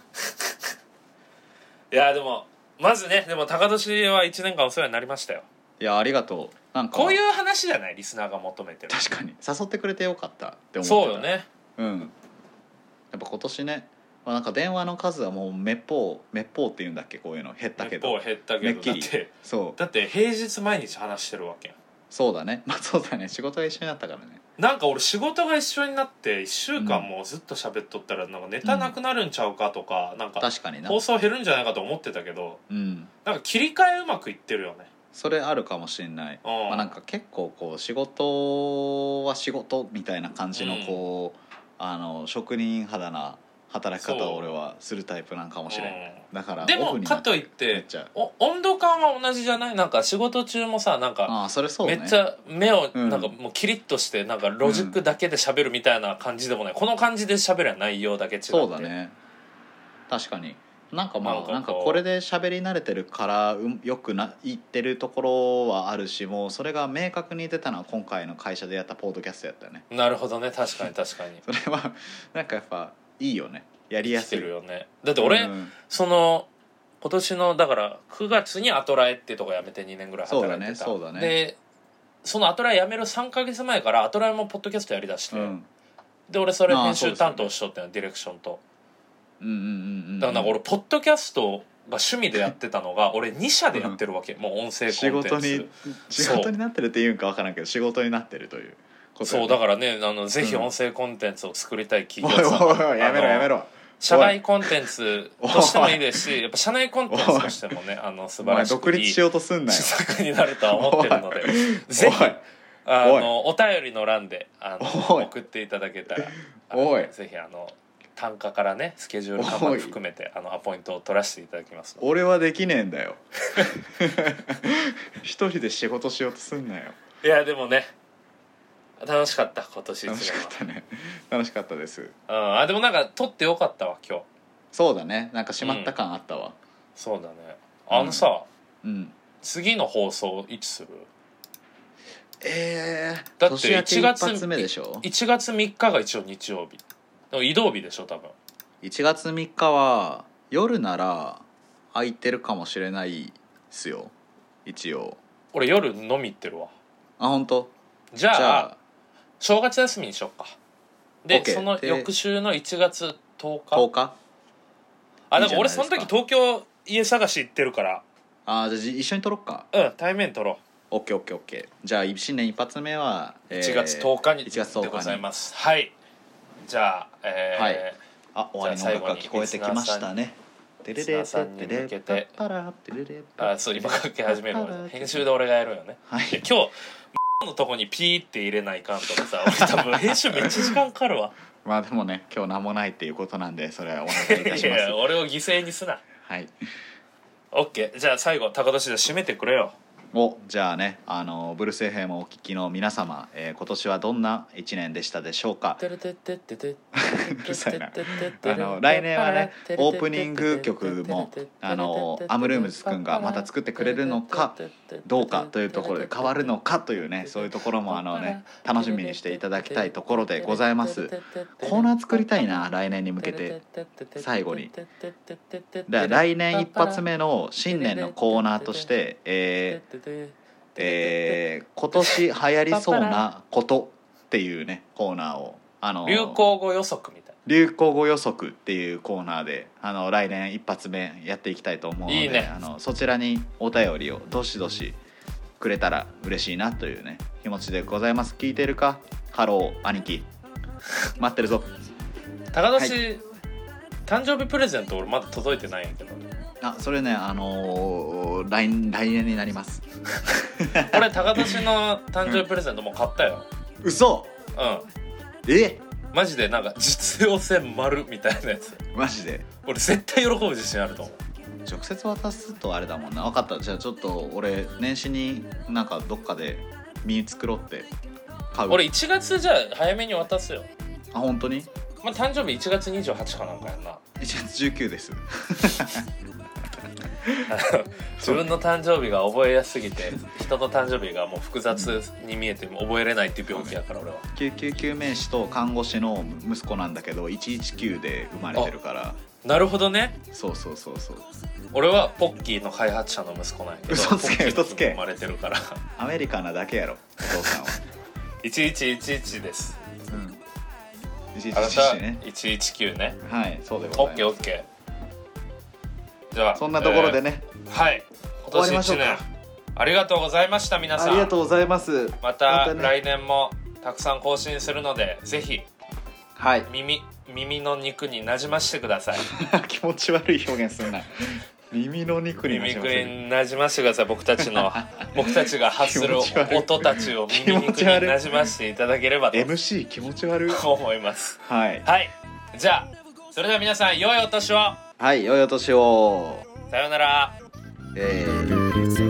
B: いやでもまずねでも高年は1年間お世話になりましたよ
A: いやありがとうなんか
B: こういう話じゃないリスナーが求めてる
A: 確かに誘ってくれてよかったって思ってた
B: そうよね
A: うんやっぱ今年ねまあなんか電話の数はもうめっぽうめっぽうっていうんだっけこういうの減ったけ
B: 一方
A: ど
B: 減ったけ
A: め
B: ど
A: っき
B: だっ
A: り
B: て
A: そう
B: だって平日毎日話してるわけやん
A: そうだねまあそうだね仕事が一緒になったからね
B: なんか俺仕事が一緒になって1週間もうずっと喋っとったらなんかネタなくなるんちゃうかとか、なんか
A: 確かにな
B: 放送減るんじゃないかと思ってたけど
A: うん
B: なんか切り替えうまくいってるよね
A: それあるかもしれない、
B: うん
A: まあ、なんか結構こう仕事は仕事みたいな感じのこう、あの職人肌な働き方
B: そう
A: を俺はするタイプなんかもしれない、だか
B: う
A: ら
B: ん、で
A: オフ
B: も
A: にな
B: かといっ
A: めってちゃ
B: お温度感は同じじゃないなんか仕事中もさなんか
A: ああそれそう
B: め
A: ね
B: っちゃ目を
A: うん
B: なんかもうキリッとしてなんかロジックだけで喋るみたいな感じでもない、この感じで喋る内容だけ違って
A: そうだね確かになんかまあ
B: な
A: なんん
B: か
A: か
B: こう
A: これで喋り慣れてるからうんよくないってるところはあるしもうそれが明確に出たのは今回の会社でやったポードキャストやったよね
B: なるほどね確かに確かに
A: それはなんかやっぱいいよねやりや
B: 生き
A: す
B: て
A: い
B: るよねだって俺、
A: うん
B: その今年のだから9月にアトラエってとこ辞めて2年ぐらい働いてた
A: そうだねそうだね
B: でそのアトラエ辞める3か月前からアトラエもポッドキャストやりだして、
A: うん
B: で俺それ
A: ああ
B: 編
A: そう
B: 集
A: ですよ
B: 担
A: ね
B: 当しとってのディレクションと
A: うんうんうんうん
B: だからなんか俺ポッドキャストが趣味でやってたのが俺2社でやってるわけ、もう音声
A: 仕
B: コンテ
A: 事
B: ンツ
A: に仕事になってるっていうんかわからんけど仕事になってるということ
B: そう
A: よね
B: だからねあのぜひ
A: うん
B: 音声コンテンツを作りたい企
A: おい
B: 業さんが、
A: おいおいやめろ
B: あの
A: やめろ
B: 社内コンテンツとしてもいいですしやっぱ社内コンテンツとしてもねあの素
A: お
B: 晴
A: 前
B: らし
A: 独
B: くい
A: 立
B: い
A: しようとすんなよ
B: 施策になるとは思ってるのでぜひ
A: おい
B: あのお便りの欄であ
A: お
B: の
A: い
B: 送っていただけたらあ
A: おい
B: のぜひあの単価からねスケジュール感まで含めてあのアポイントを取らせていただきますので
A: 俺はできねえんだよ 一人で仕事しようとすんなよ
B: いやでもね楽しかった今年一
A: 楽し
B: 年
A: かったね楽しかったです
B: は、うん、あでもなんか撮ってよかったわ今日
A: そうだねなんかしまった感あったわ
B: そうだねあのさ、
A: うん、
B: 次の放送いつする
A: えー、
B: だって
A: 年明け
B: 1月
A: 一発目でしょ
B: ?1 月3日が一応日曜日でも移動日でしょ多分
A: 1月3日は夜なら空いてるかもしれないっすよ一応
B: 俺夜飲み行ってるわ
A: あ本当
B: じゃあ
A: じゃあ
B: 正月休みにしよっかで
A: OK
B: その翌週の1月10日
A: 10日
B: あ
A: いいじゃ
B: だから
A: ない
B: 俺
A: です
B: そ
A: か
B: の時東京家探し行ってるから
A: あーじゃあじ一緒に撮ろっか
B: うん対面取ろ
A: OKOKOK じゃあ新年一発目は、
B: う
A: えー
B: 1月10日に
A: 1月10日に
B: でございますはいじゃあえー
A: はいあ終わりの音楽が聞こえてきましたねてれ
B: リスナー
A: れ
B: さ
A: て
B: ん
A: て
B: に向
A: れ
B: けて
A: パッパラてれれ
B: あそう今かけ始める
A: パッパラ
B: 編集で俺がやるよね
A: はい
B: いや今日 のとこにピーって入れないかんとかさ俺多分編集めっちゃ時間かかるわ
A: まあでもね今日何もないっていうことなんでそれはお願いいたし
B: い
A: ま
B: やい
A: す
B: や俺を犠牲にすな
A: はい
B: オッケーじゃあ最後高田氏じゃあ締めてくれよ
A: おじゃあねあのブルース FM をお聞きの皆様、えー今年はどんな一年でしたでしょうか
B: う
A: るさいなあの来年はねオープニング曲もあのアムルームズくんがまた作ってくれるのかどうかというところで変わるのかというねそういうところもあのね楽しみにしていただきたいところでございますコーナー作りたいな来年に向けて最後にだから来年一発目の新年のコーナーとして、えーえー今年流行りそうなことっていうねコーナーをあの
B: 流行語予測みたい
A: 流行語予測っていうコーナーであの来年一発目やっていきたいと思うので
B: いいね
A: あのそちらにお便りをどしどしくれたら嬉しいなというね気持ちでございます聞いてるかハロー兄貴待ってるぞ
B: な高田氏、
A: は
B: 誕生日プレゼント俺まだ届いてないんやけど
A: あそれねあのー来来年になります
B: 俺高田氏の誕生日プレゼントもう買ったよ
A: 嘘
B: うん
A: え
B: マジでなんか実用性丸みたいなやつ
A: マジで
B: 俺絶対喜ぶ自信あると思う
A: 直接渡すとあれだもんな分かったじゃあちょっと俺年始になんかどっかで身作ろうって買う
B: 俺1月じゃあ早めに渡すよ
A: あ本当に
B: まあ、誕生日1月28かなんかやんな
A: 1月19です
B: 自分の誕生日が覚えやすすぎて人の誕生日がもう複雑に見えても覚えれないっていう病気やから俺は
A: 救急救命士と看護師の息子なんだけど119で生まれてるから
B: なるほどね
A: そうそうそうそう
B: 俺はポッキーの開発者の息子なんやけど
A: 嘘つけ
B: ポッキー
A: 嘘つけ
B: に生まれてるから
A: アメリカなだけやろお父さんは、
B: 1111です
A: うん、
B: あなた
A: 119ね
B: 119ね
A: はいそうでご
B: オ
A: ざ
B: ッ
A: い
B: ケー
A: ま
B: オッケーじゃあ
A: すそんなところでね、
B: えーはい今
A: 終わり
B: 年
A: ましょう
B: 1
A: か
B: 年ありがとうございました皆さん
A: ありがとうございます
B: ま
A: ま
B: た
A: たね
B: 来年もたくさん更新するのでぜひ
A: はい
B: 耳耳の肉になじましてください
A: 気持ち悪い表現すんな耳の肉にな
B: 耳
A: じま
B: く
A: せ
B: り
A: る
B: になじましてください僕た ちの僕たちが発する
A: 気持ち悪い
B: 音たちを
A: 気
B: 耳
A: 持
B: 肉
A: ち悪い
B: になじましていただければ
A: MC 気持ち悪 い
B: と思います
A: はい
B: はいじゃあそれでは皆さん良いお年を
A: はい良いお年を
B: さようなら
A: えー